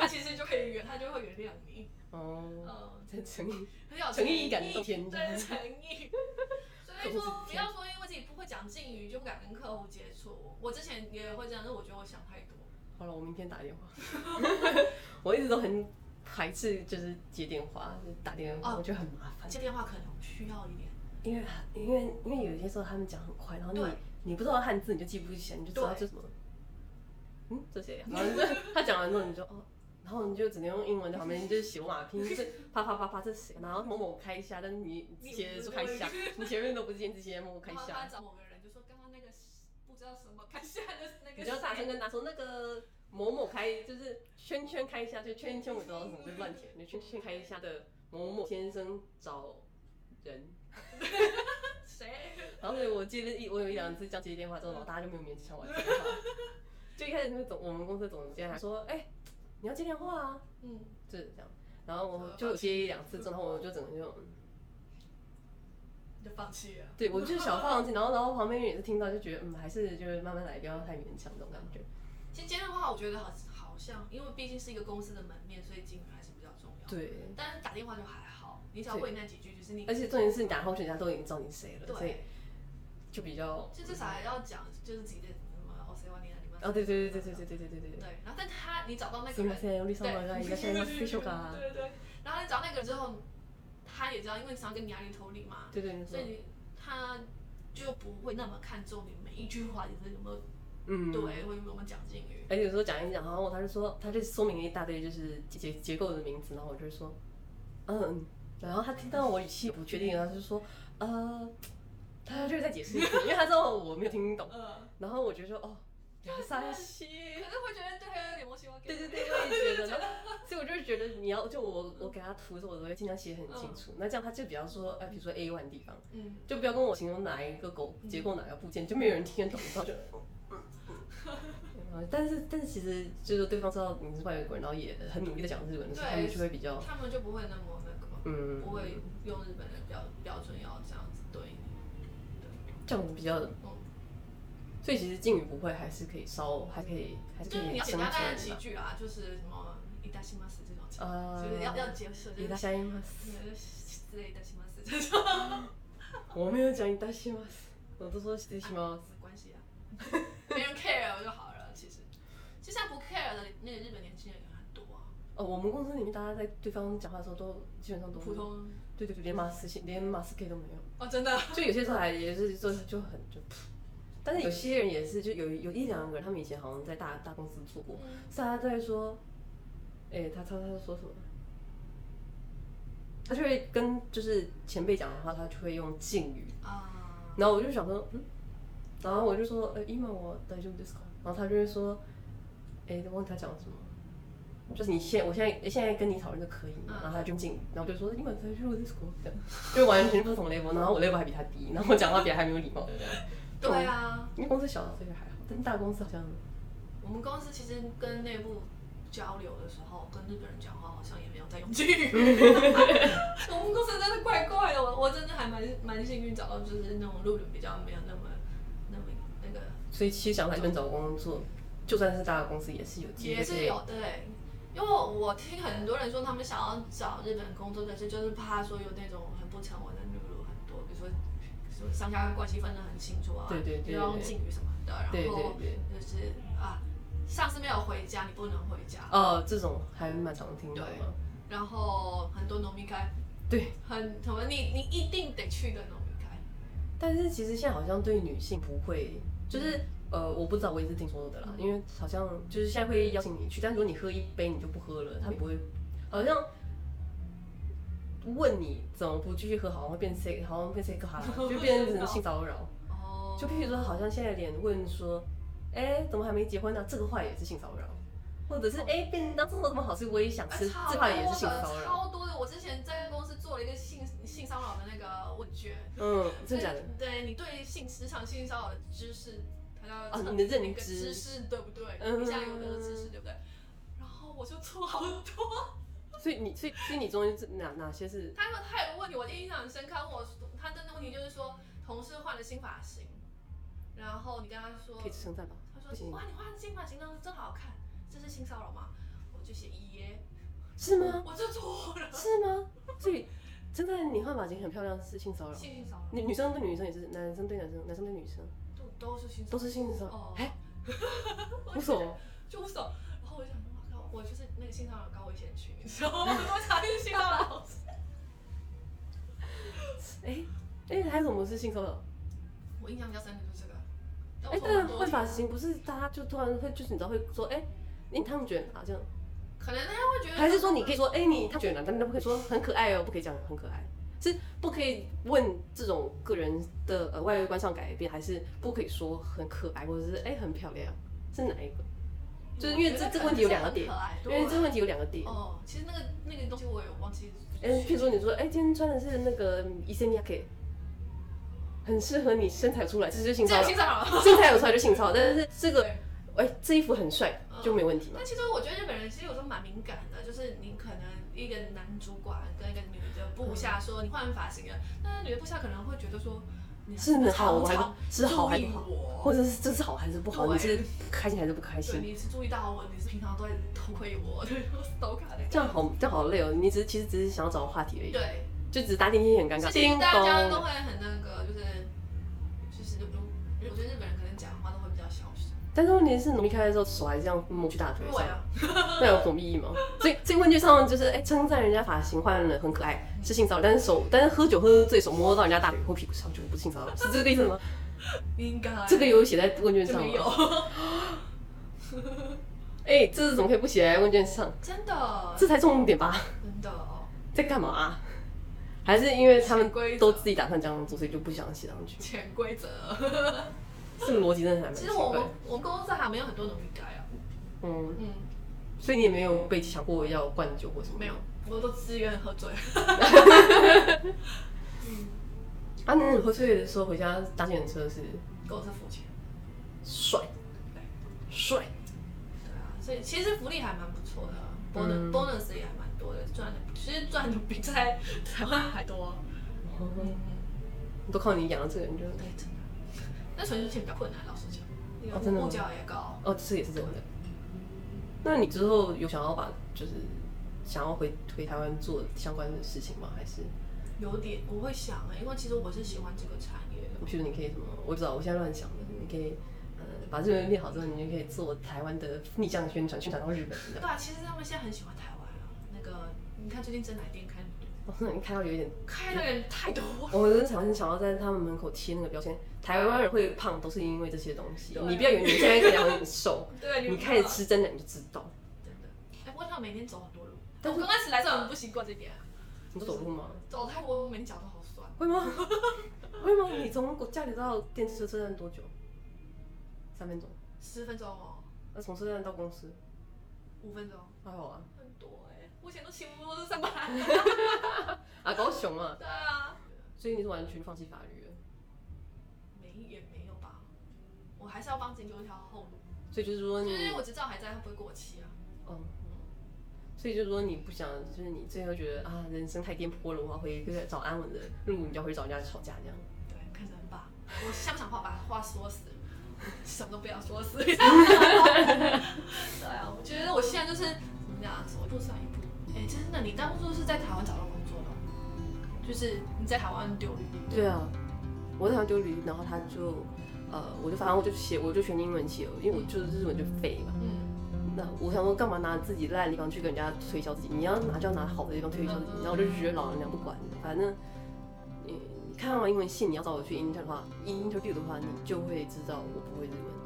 Speaker 2: 他其实就可以原他就会原谅你。
Speaker 1: 哦，
Speaker 2: 嗯，
Speaker 1: 真诚意，
Speaker 2: 很有
Speaker 1: 诚意
Speaker 2: 意
Speaker 1: 感动天
Speaker 2: 真诚
Speaker 1: [LAUGHS]
Speaker 2: 意。所以说，不要说因为自己不会讲敬语就不敢跟客户接触。我之前也会这样，但是我觉得我想太多。
Speaker 1: 好了，我明天打电话。 [LAUGHS] 我一直都很排斥，就是接电话，就是打电话，
Speaker 2: 哦
Speaker 1: 我觉得很麻烦。
Speaker 2: 接电话可能需要一点
Speaker 1: 因为因为因为有些时候他们讲很快，然后你
Speaker 2: 对
Speaker 1: 你不知道汉字，你就记不起来，你就知道
Speaker 2: 对
Speaker 1: 这什么，嗯，这些，然后你就 [LAUGHS] 他讲完之后你就哦。然后你就只能用英文在旁边，就是写
Speaker 2: [LAUGHS]
Speaker 1: 马拼，就是啪啪啪啪，这是谁？然后某某开虾，但是你写的是开虾，你前面都不见这些某某开
Speaker 2: 然后
Speaker 1: 虾
Speaker 2: 哦他，找某个人就说刚刚那个是不知道什么看下的那
Speaker 1: 你
Speaker 2: 个
Speaker 1: 就大声
Speaker 2: 谁
Speaker 1: 跟他说那个某某开，就是圈圈开虾，就圈圈我知道是什么，就乱填，就圈圈开虾的某某先生找人，
Speaker 2: 谁
Speaker 1: 然后所以我记得一我有一两次这样接电话之后，然后大家就没哎有勉强我接电话。就一开始那个总我们公司的总监还说：“哎、你要接电话啊
Speaker 2: 嗯，！”
Speaker 1: 就是这样。然后我就有接一两次之后，我就整个就
Speaker 2: 你就放弃了。
Speaker 1: 对我就是小放弃，然后然后旁边也是听到，就觉得嗯，还是就是慢慢来，不要太勉强这种感觉。
Speaker 2: 其实接电话我觉得好好像，因为毕竟是一个公司的门面，所以金额还是比较重要。，
Speaker 1: 对，
Speaker 2: 但是打电话就还好，你只要问那几句，就是你
Speaker 1: 而且重点是你打后，人家都已经知道你谁了，所以
Speaker 2: 对，
Speaker 1: 就比较
Speaker 2: 就至少还要讲就是自己的什么 O C Y 你啊你们
Speaker 1: 哦，对对对对对对对对对对。
Speaker 2: 对，然后但他你找到那
Speaker 1: す
Speaker 2: 个
Speaker 1: みません、
Speaker 2: 人，
Speaker 1: リさんがい
Speaker 2: [LAUGHS]
Speaker 1: らっしゃいますでしょうか？[LAUGHS]
Speaker 2: 对对对，然后你找那个人之后，他也知道，因为你想要跟你压力同理嘛，
Speaker 1: 对对对，
Speaker 2: 所以你他就不会那么看重你每一句话你是有没有
Speaker 1: 嗯，
Speaker 2: 对，或者有没有讲敬语。
Speaker 1: 而且有时候讲一讲，然后他就说，他就说明了一大堆就是结结构的名词，然后我就说，嗯，然后他听到我语气不确定，然后他就说，呃，他就是再解释一次，因为他知道我没有听懂，
Speaker 2: 嗯，
Speaker 1: 然后我就说，
Speaker 2: [LAUGHS]
Speaker 1: 哦，有伤心
Speaker 2: 可，是会觉得对他有点莫希望。
Speaker 1: 对对，对，我也觉得，然后所以我就是觉得你要就我我给他图的时候，我都会尽量写很清楚，那这样他就比方说，哎、比如说 A one 地方，
Speaker 2: 嗯，
Speaker 1: 就不要跟我形容哪一个狗结构哪个部件，就没有人听得懂，然后就。嗯但是，但是其实就是对方知道你是外国人，然后也很努力的讲日文的时候，他
Speaker 2: 对
Speaker 1: 们就会比较
Speaker 2: 他们就不会那么那个嘛，
Speaker 1: 嗯
Speaker 2: 不，会用日本人标标准要这样子对你。
Speaker 1: 这样比较。
Speaker 2: 嗯
Speaker 1: 所以其实敬语不会，还是可以稍，还可以，还是可
Speaker 2: 就是
Speaker 1: 以
Speaker 2: 你要简
Speaker 1: 相
Speaker 2: 单的几
Speaker 1: 解的。
Speaker 2: 句啊，就是什么“いたします”这种，
Speaker 1: 呃
Speaker 2: 就是要要接受，就
Speaker 1: い
Speaker 2: 是
Speaker 1: たします。
Speaker 2: 呃之类“いたします”这种，
Speaker 1: 我没有讲いたします，我都说失礼します。
Speaker 2: 没关系啊，没人 care 我就好了。其实，就像不 care 的那个日本年轻人也很多啊，
Speaker 1: 哦，我们公司里面大家在对方讲话的时候都基本上都
Speaker 2: 普，通
Speaker 1: 对对对，连马斯连马斯 K 都没有。
Speaker 2: 哦，真的，
Speaker 1: 就有些时候还也是就就很就，但是有些人也是，就有有一两个人，他们以前好像在大大公司做过，是他在说，哎、他他他说什么？他就会跟就是前辈讲的话，他就会用敬语，
Speaker 2: 啊，
Speaker 1: 然后我就想说，嗯，然后我就说，呃、今我大丈夫ですか？然后他就会说，哎、我忘记他讲什么。就是你现，我现在现在跟你讨论就可以嘛，
Speaker 2: 嗯
Speaker 1: 然后他就进，然后我就说今大丈夫ですか？这样，就完全不同 level，然后我 level 还比他低，然后我讲话比他还没有礼貌，这样
Speaker 2: 对啊。
Speaker 1: 因为公司小，所以还好，但是大公司好像，
Speaker 2: 我们公司其实跟内部交流的时候，跟日本人讲话好像也没有在用敬语。 [LAUGHS] 我们公司真的怪怪的，我我真的还蛮蛮幸运找到就是那种路人比较没有那么那么那个，
Speaker 1: 所以其实想来这边找工作，就算是大的公司也是有机会，
Speaker 2: 也是有对。因为我听很多人说，他们想要找日本工作，但是就是怕说有那种很不成文的路很多，比如说，比如说商家关系分得很清楚啊，
Speaker 1: 对对对
Speaker 2: 要用敬语什么的，然后
Speaker 1: 对对对
Speaker 2: 就是啊，上司没有回家，你不能回家，
Speaker 1: 哦，这种还蛮常听到的嘛，
Speaker 2: 然后很多农民开，
Speaker 1: 对，
Speaker 2: 很什么你你一定得去的农民开，
Speaker 1: 但是其实现在好像对女性不会，
Speaker 2: 嗯
Speaker 1: 就是呃，我不知道，我也是听说的啦，因为好像就是现在会邀请你去，但如果你喝一杯你就不喝
Speaker 2: 嗯
Speaker 1: 了，他们不会，好像问你怎么不继续喝，好像会变 C，好像变 C
Speaker 2: [LAUGHS]
Speaker 1: 卡了，就变成性骚扰。
Speaker 2: 哦
Speaker 1: 就譬如说，好像现在连问说，哎、怎么还没结婚呢、这个话也是性骚扰，或者是哎、便当这么这么好吃，我也想吃，这
Speaker 2: 哦啊超
Speaker 1: 话也是性
Speaker 2: 多
Speaker 1: 骚
Speaker 2: 的
Speaker 1: 扰。
Speaker 2: 超多的。我之前在公司做了一个性性骚扰的那个问卷，
Speaker 1: 嗯，真的假的？
Speaker 2: 对你对性职场性骚扰的知识，它叫
Speaker 1: 啊你的认
Speaker 2: 那个
Speaker 1: 知
Speaker 2: 知识对不对？
Speaker 1: 嗯
Speaker 2: 你现在有的知识对不对？然后我就错好多，
Speaker 1: 所以你，所以，所以你中间是哪哪些是？
Speaker 2: [LAUGHS] 他有他有个问题，我印象很深刻。他问我他的那个问题就是说，同事换了新发型，然后你跟他说
Speaker 1: 可以称赞吧？
Speaker 2: 他
Speaker 1: 不
Speaker 2: 说
Speaker 1: 行
Speaker 2: 哇，你换新发型那真好看，这是性骚扰吗？我就写耶，
Speaker 1: 是吗？
Speaker 2: 我就错了，
Speaker 1: 是吗？所以真的，你换发型很漂亮是性骚扰。
Speaker 2: 性骚扰
Speaker 1: 女女生对女生也是，男生对男生，男生对女生
Speaker 2: 都都是性骚
Speaker 1: 都
Speaker 2: 扰，
Speaker 1: 是性骚扰
Speaker 2: 哦。 [LAUGHS]
Speaker 1: 哎、无所谓。
Speaker 2: 就无所谓。然后我就想，哇靠，我就是那个性骚扰高危险区，你知道吗？我查进性骚扰，
Speaker 1: 哎、哎，还有什么是性骚扰？
Speaker 2: 我印象比较深的就是这个。但我
Speaker 1: 哎，
Speaker 2: 头
Speaker 1: 但
Speaker 2: 发多
Speaker 1: 会
Speaker 2: 理
Speaker 1: 发
Speaker 2: 啊
Speaker 1: 型不是大家就突然会就是你知道会说哎。你烫卷啊，这样，
Speaker 2: 可能大家会觉得
Speaker 1: 还是说你可以说，哎、你烫卷啊，但是不可以说很可爱哦，不可以讲很可爱，是不可以问这种个人的呃外观上改变，还是不可以说很可爱，或者是哎、很漂亮，是哪一个？就是因为这这个问题有两个点，因
Speaker 2: 啊
Speaker 1: 为这个问题有两个点，
Speaker 2: 哦，其实那个那个东西我也忘记。
Speaker 1: 哎、譬如说你说，哎、今天穿的是那个伊森尼亚 K，很适合你身材出来，这就是性
Speaker 2: 这
Speaker 1: 骚
Speaker 2: 个
Speaker 1: 扰
Speaker 2: 欣。赏了。
Speaker 1: 身材有出来就性骚扰，但是这个，
Speaker 2: 对
Speaker 1: 哎、这衣服很帅
Speaker 2: 嗯
Speaker 1: 就没问题嘛
Speaker 2: 但。其实我觉得日本人其实有时候蛮敏感的，就是你可能一个男主管跟一个女的部下说你换发型了，那女的部下可能会觉得说你
Speaker 1: 是
Speaker 2: 很
Speaker 1: 好还不
Speaker 2: 常
Speaker 1: 是好还不
Speaker 2: 注意
Speaker 1: 好，
Speaker 2: 我
Speaker 1: 或者是这是好还是不好，
Speaker 2: 对
Speaker 1: 你是开心还是不开
Speaker 2: 对，
Speaker 1: 心？
Speaker 2: 你是注意到我，你是平常都在偷窥我， [LAUGHS] 对，我是偷看的。
Speaker 1: 这样好，这样好累哦。你只是其实只是想要找个话题而已，
Speaker 2: 对，
Speaker 1: 就只是搭电梯很尴尬。
Speaker 2: 其实大家都
Speaker 1: 咚，
Speaker 2: 会很那个，就是就是如我觉得日本人可能讲话都会比较小心。
Speaker 1: 但是问题是，你一开的时候手还这样摸去大腿
Speaker 2: 对
Speaker 1: 上，
Speaker 2: 啊，
Speaker 1: 那有什么意义吗？所以所以问句上就是，哎、称赞人家发型换了很可爱是性骚扰，但是手但是喝酒喝醉手摸到人家大腿或屁股上就不是性骚扰，是这个意思吗？
Speaker 2: 应该
Speaker 1: 这个有写在问卷
Speaker 2: 就
Speaker 1: 上
Speaker 2: 没
Speaker 1: 吗？
Speaker 2: 哎有，
Speaker 1: 哎、这是怎么可以不写在问卷上？
Speaker 2: 真的
Speaker 1: 这才重点吧？
Speaker 2: 真的哦。
Speaker 1: 在干嘛啊、还是因为他们
Speaker 2: 潜规则
Speaker 1: 都自己打算这样做，所以就不想写上去？
Speaker 2: 潜规则。
Speaker 1: 这个逻辑真的还蛮奇
Speaker 2: 其实我
Speaker 1: 怪
Speaker 2: 们
Speaker 1: 的。
Speaker 2: 我们公司还没有很多种应该啊，
Speaker 1: 嗯，
Speaker 2: 嗯，
Speaker 1: 所以你也没有被强迫要灌酒或什么？
Speaker 2: 没有，我都自愿喝醉。嗯，
Speaker 1: 啊，那你喝醉的时候回家搭计程车是
Speaker 2: 公司付钱。
Speaker 1: 帅，帅，
Speaker 2: 对啊，所以其实福利还蛮不错的，bonus、啊
Speaker 1: 嗯
Speaker 2: bonus 也还蛮多的，赚的其实赚的比在台湾还多。嗯，
Speaker 1: 哦都靠你养的这个人就
Speaker 2: 对，真的。那存钱比较困难，老实讲，因
Speaker 1: 嗯哦真的
Speaker 2: 为
Speaker 1: 吗
Speaker 2: 物价也高。
Speaker 1: 哦，这也是真的。那你之后有想要把就是想要回回台湾做相关的事情吗？还是
Speaker 2: 有点我会想啊、因为其实我是喜欢这个产业的。
Speaker 1: 譬如你可以什么？我不知道，我现在乱想的。你可以呃把日文练好之后，你就可以做台湾的逆向宣传，宣传到日本这
Speaker 2: 对
Speaker 1: 样。
Speaker 2: 啊，其实他们现在很喜欢台湾啊。那个，你看最近真奶店开
Speaker 1: 哦，那你看到有一点，
Speaker 2: 开的人太多了。
Speaker 1: 我真的很想要在他们门口贴那个标签，台湾人会胖都是因为这些东西。
Speaker 2: 对啊
Speaker 1: 你不要以为你现在跟讲很
Speaker 2: [LAUGHS]
Speaker 1: 瘦，
Speaker 2: 对，啊
Speaker 1: 你
Speaker 2: 们
Speaker 1: 开始吃真的你就知道。
Speaker 2: 真的。哎，不过他们每天走很多路，
Speaker 1: 但
Speaker 2: 但
Speaker 1: 是
Speaker 2: 我刚开始来这很不习惯这一点啊，
Speaker 1: 你不走路吗？
Speaker 2: 走太多每天脚都好酸。
Speaker 1: 会吗？ [LAUGHS] 会吗？你从家里到电车车站多久？三分钟。
Speaker 2: 十分钟哦，
Speaker 1: 那呃从车站到公司
Speaker 2: 五分钟，
Speaker 1: 还好啊。
Speaker 2: 很多哎、我以前都骑摩托车上班。 [LAUGHS]
Speaker 1: 啊，高雄啊，
Speaker 2: 对啊，
Speaker 1: 所以你是完全放弃法律了，
Speaker 2: 没也没有吧，我还是要帮自己留一条后路，
Speaker 1: 所以就是说
Speaker 2: 就
Speaker 1: 你，
Speaker 2: 是我执照还在，它不会过期啊。
Speaker 1: 嗯，所以就是说你不想，就是你最后觉得啊，人生太颠簸了，我要回就是找安稳的路，你就要回去找人家吵架这样。
Speaker 2: 对，看着很棒。我想不想话把话说死？什么都不要说
Speaker 1: [LAUGHS]
Speaker 2: 死。对啊，我觉得我现在就是怎么讲，走一步算一步。哎、真的，你当初是在台湾找到工作的哦，就是你在台湾丢履历。
Speaker 1: 对啊，我在台湾丢履历，然后他就呃，我就反正我就写，我就全英文写，因为我就是日文就废嘛。
Speaker 2: 嗯，
Speaker 1: 那我想说，干嘛拿自己烂的地方去跟人家推销自己？你要拿就要拿好的地方推销自己。然后我就觉得老人娘不管，反正你你看完英文系，你要找我去 inter 的话，interview 的话，你就会知道我不会日文。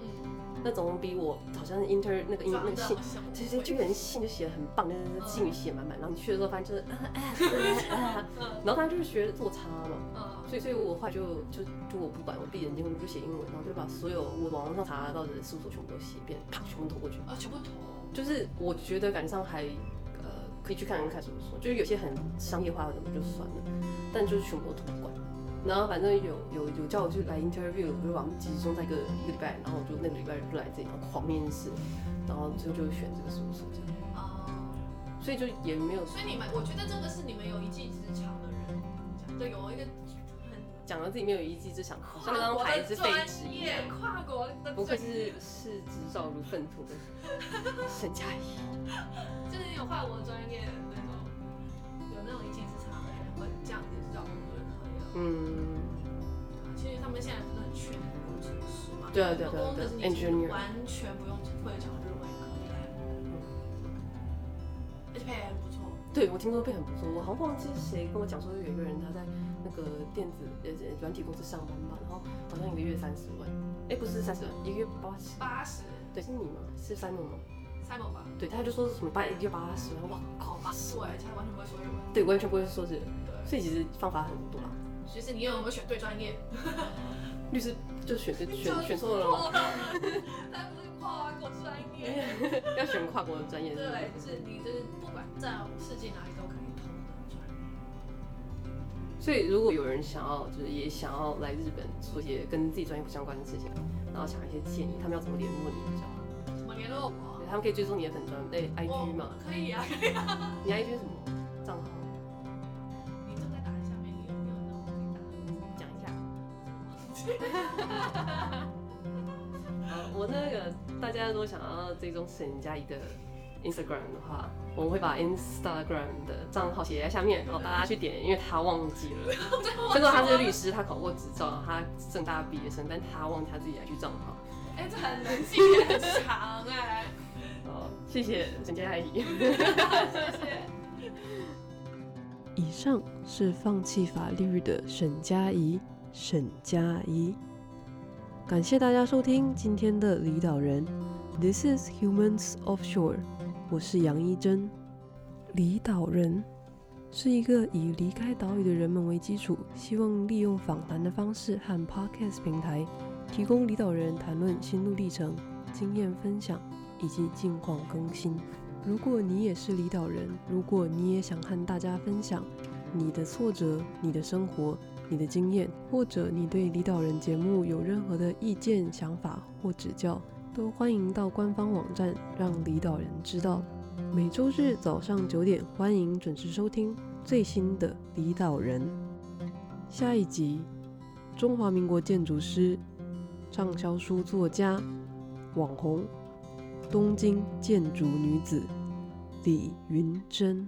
Speaker 1: 那总比我好像是 inter 那个英那
Speaker 2: 装
Speaker 1: 个
Speaker 2: 的
Speaker 1: 信
Speaker 2: 好，像
Speaker 1: 其实这个人信就写的很棒，就是信语写满满。然后你去的时候发现就是啊啊啊啊，
Speaker 2: 嗯
Speaker 1: 然后他就是学做差嘛。
Speaker 2: 嗯
Speaker 1: 所以，所以我后来就就就我不管，我闭着眼睛我就写英文，然后就把所有我网上查到的事务所全部都写一遍，啪，全部投过去。
Speaker 2: 啊，全部投。
Speaker 1: 就是我觉得感觉上还呃可以去看看事务所，就是有些很商业化的我就算了，但就是全部都托管。然后反正有有有叫我去来 interview，我就把他们集中在一个一个礼拜，然后我就那个礼拜就来这里，然后狂面试，然后最后就选这个事务所这样，
Speaker 2: 哦、
Speaker 1: 所以就也没有
Speaker 2: 所以你们，我觉得这个是你们有一技之长的人，对，有一个很
Speaker 1: 讲到自己没有一技之长，相当
Speaker 2: 跨
Speaker 1: 白
Speaker 2: 国
Speaker 1: 纸
Speaker 2: 的
Speaker 1: 废
Speaker 2: 专
Speaker 1: 纸一样
Speaker 2: 业，。跨国的
Speaker 1: 不愧
Speaker 2: 专
Speaker 1: 是视执照如粪土的沈佳宜。
Speaker 2: 就是有跨国专业的那种，有那种一技之长的人会这样子去找工作就可以了。
Speaker 1: 嗯，
Speaker 2: 啊其实他们现在不是很缺那个工程师嘛？
Speaker 1: 对啊对啊对啊
Speaker 2: 工
Speaker 1: 对啊
Speaker 2: 程师你其实
Speaker 1: ，engineer。
Speaker 2: 完全不用会讲日文也可以来，而且配合还不错。
Speaker 1: 对，我听说被很不错。我好像忘记谁跟我讲说，有一个人他在那个个电子呃呃软体公司上班吧，然后好像一个月三十万，哎，不是三十万，一个月八十，
Speaker 2: 八十
Speaker 1: 对，是你吗？是 Simon 吗？
Speaker 2: ，Simon 吧，哦
Speaker 1: 对，他就说是什么八一个月八十万，哇靠，八十
Speaker 2: 对，
Speaker 1: 万，
Speaker 2: 他完全不会说日文，
Speaker 1: 对，完全不会说是，
Speaker 2: 对，
Speaker 1: 所以其实方法很多啦，
Speaker 2: 其实你有没有选对专业？
Speaker 1: 律师就选就
Speaker 2: 就
Speaker 1: 选
Speaker 2: 是
Speaker 1: 选错了吗，哎
Speaker 2: 跨 [LAUGHS] 他不是跨国专
Speaker 1: [LAUGHS]
Speaker 2: 业，
Speaker 1: 要选跨国的专业是不是
Speaker 2: 对，就是你就是不管在世界哪里都可以通的专业。
Speaker 1: 所以如果有人想要就是也想要来日本做一些跟自己专业不相关的事情，然后想一些建议，他们要怎么联络你比较好？
Speaker 2: 怎么联络我？
Speaker 1: 对他们可以追踪你的粉专，哎
Speaker 2: 我
Speaker 1: ，IG 嘛，
Speaker 2: 可以啊，
Speaker 1: 你 IG 是什么账号？
Speaker 2: 你就在打一下面，你有没有那我可以打？
Speaker 1: 讲一下。 [LAUGHS] 好，呃我那个大家如果想要追踪沈佳宜的 Instagram 的话，我们会把 Instagram 的账号写在下面，然后大家去点，因为他忘记了。虽然说他是律师，他考过执照，他正大毕业生，但他忘记他自己 IG 账号。
Speaker 2: 哎，这很人性很强 [LAUGHS] 哎，
Speaker 1: 哦，谢谢沈佳宜。
Speaker 2: 谢谢。
Speaker 1: 以上是放弃法律的沈佳宜，沈佳宜。感谢大家收听今天的离岛人，This is Humans Offshore，我是杨一真。离岛人是一个以离开岛屿的人们为基础，希望利用访谈的方式和 Podcast 平台，提供离岛人谈论心路历程、经验分享以及近况更新。如果你也是离岛人，如果你也想和大家分享你的挫折、你的生活、你的经验，或者你对离岛人节目有任何的意见、想法或指教，都欢迎到官方网站让离岛人知道。每周日早上九点，欢迎准时收听最新的《离岛人》。下一集，中华民国建筑师、畅销书作家、网红东京建筑女子李云珍。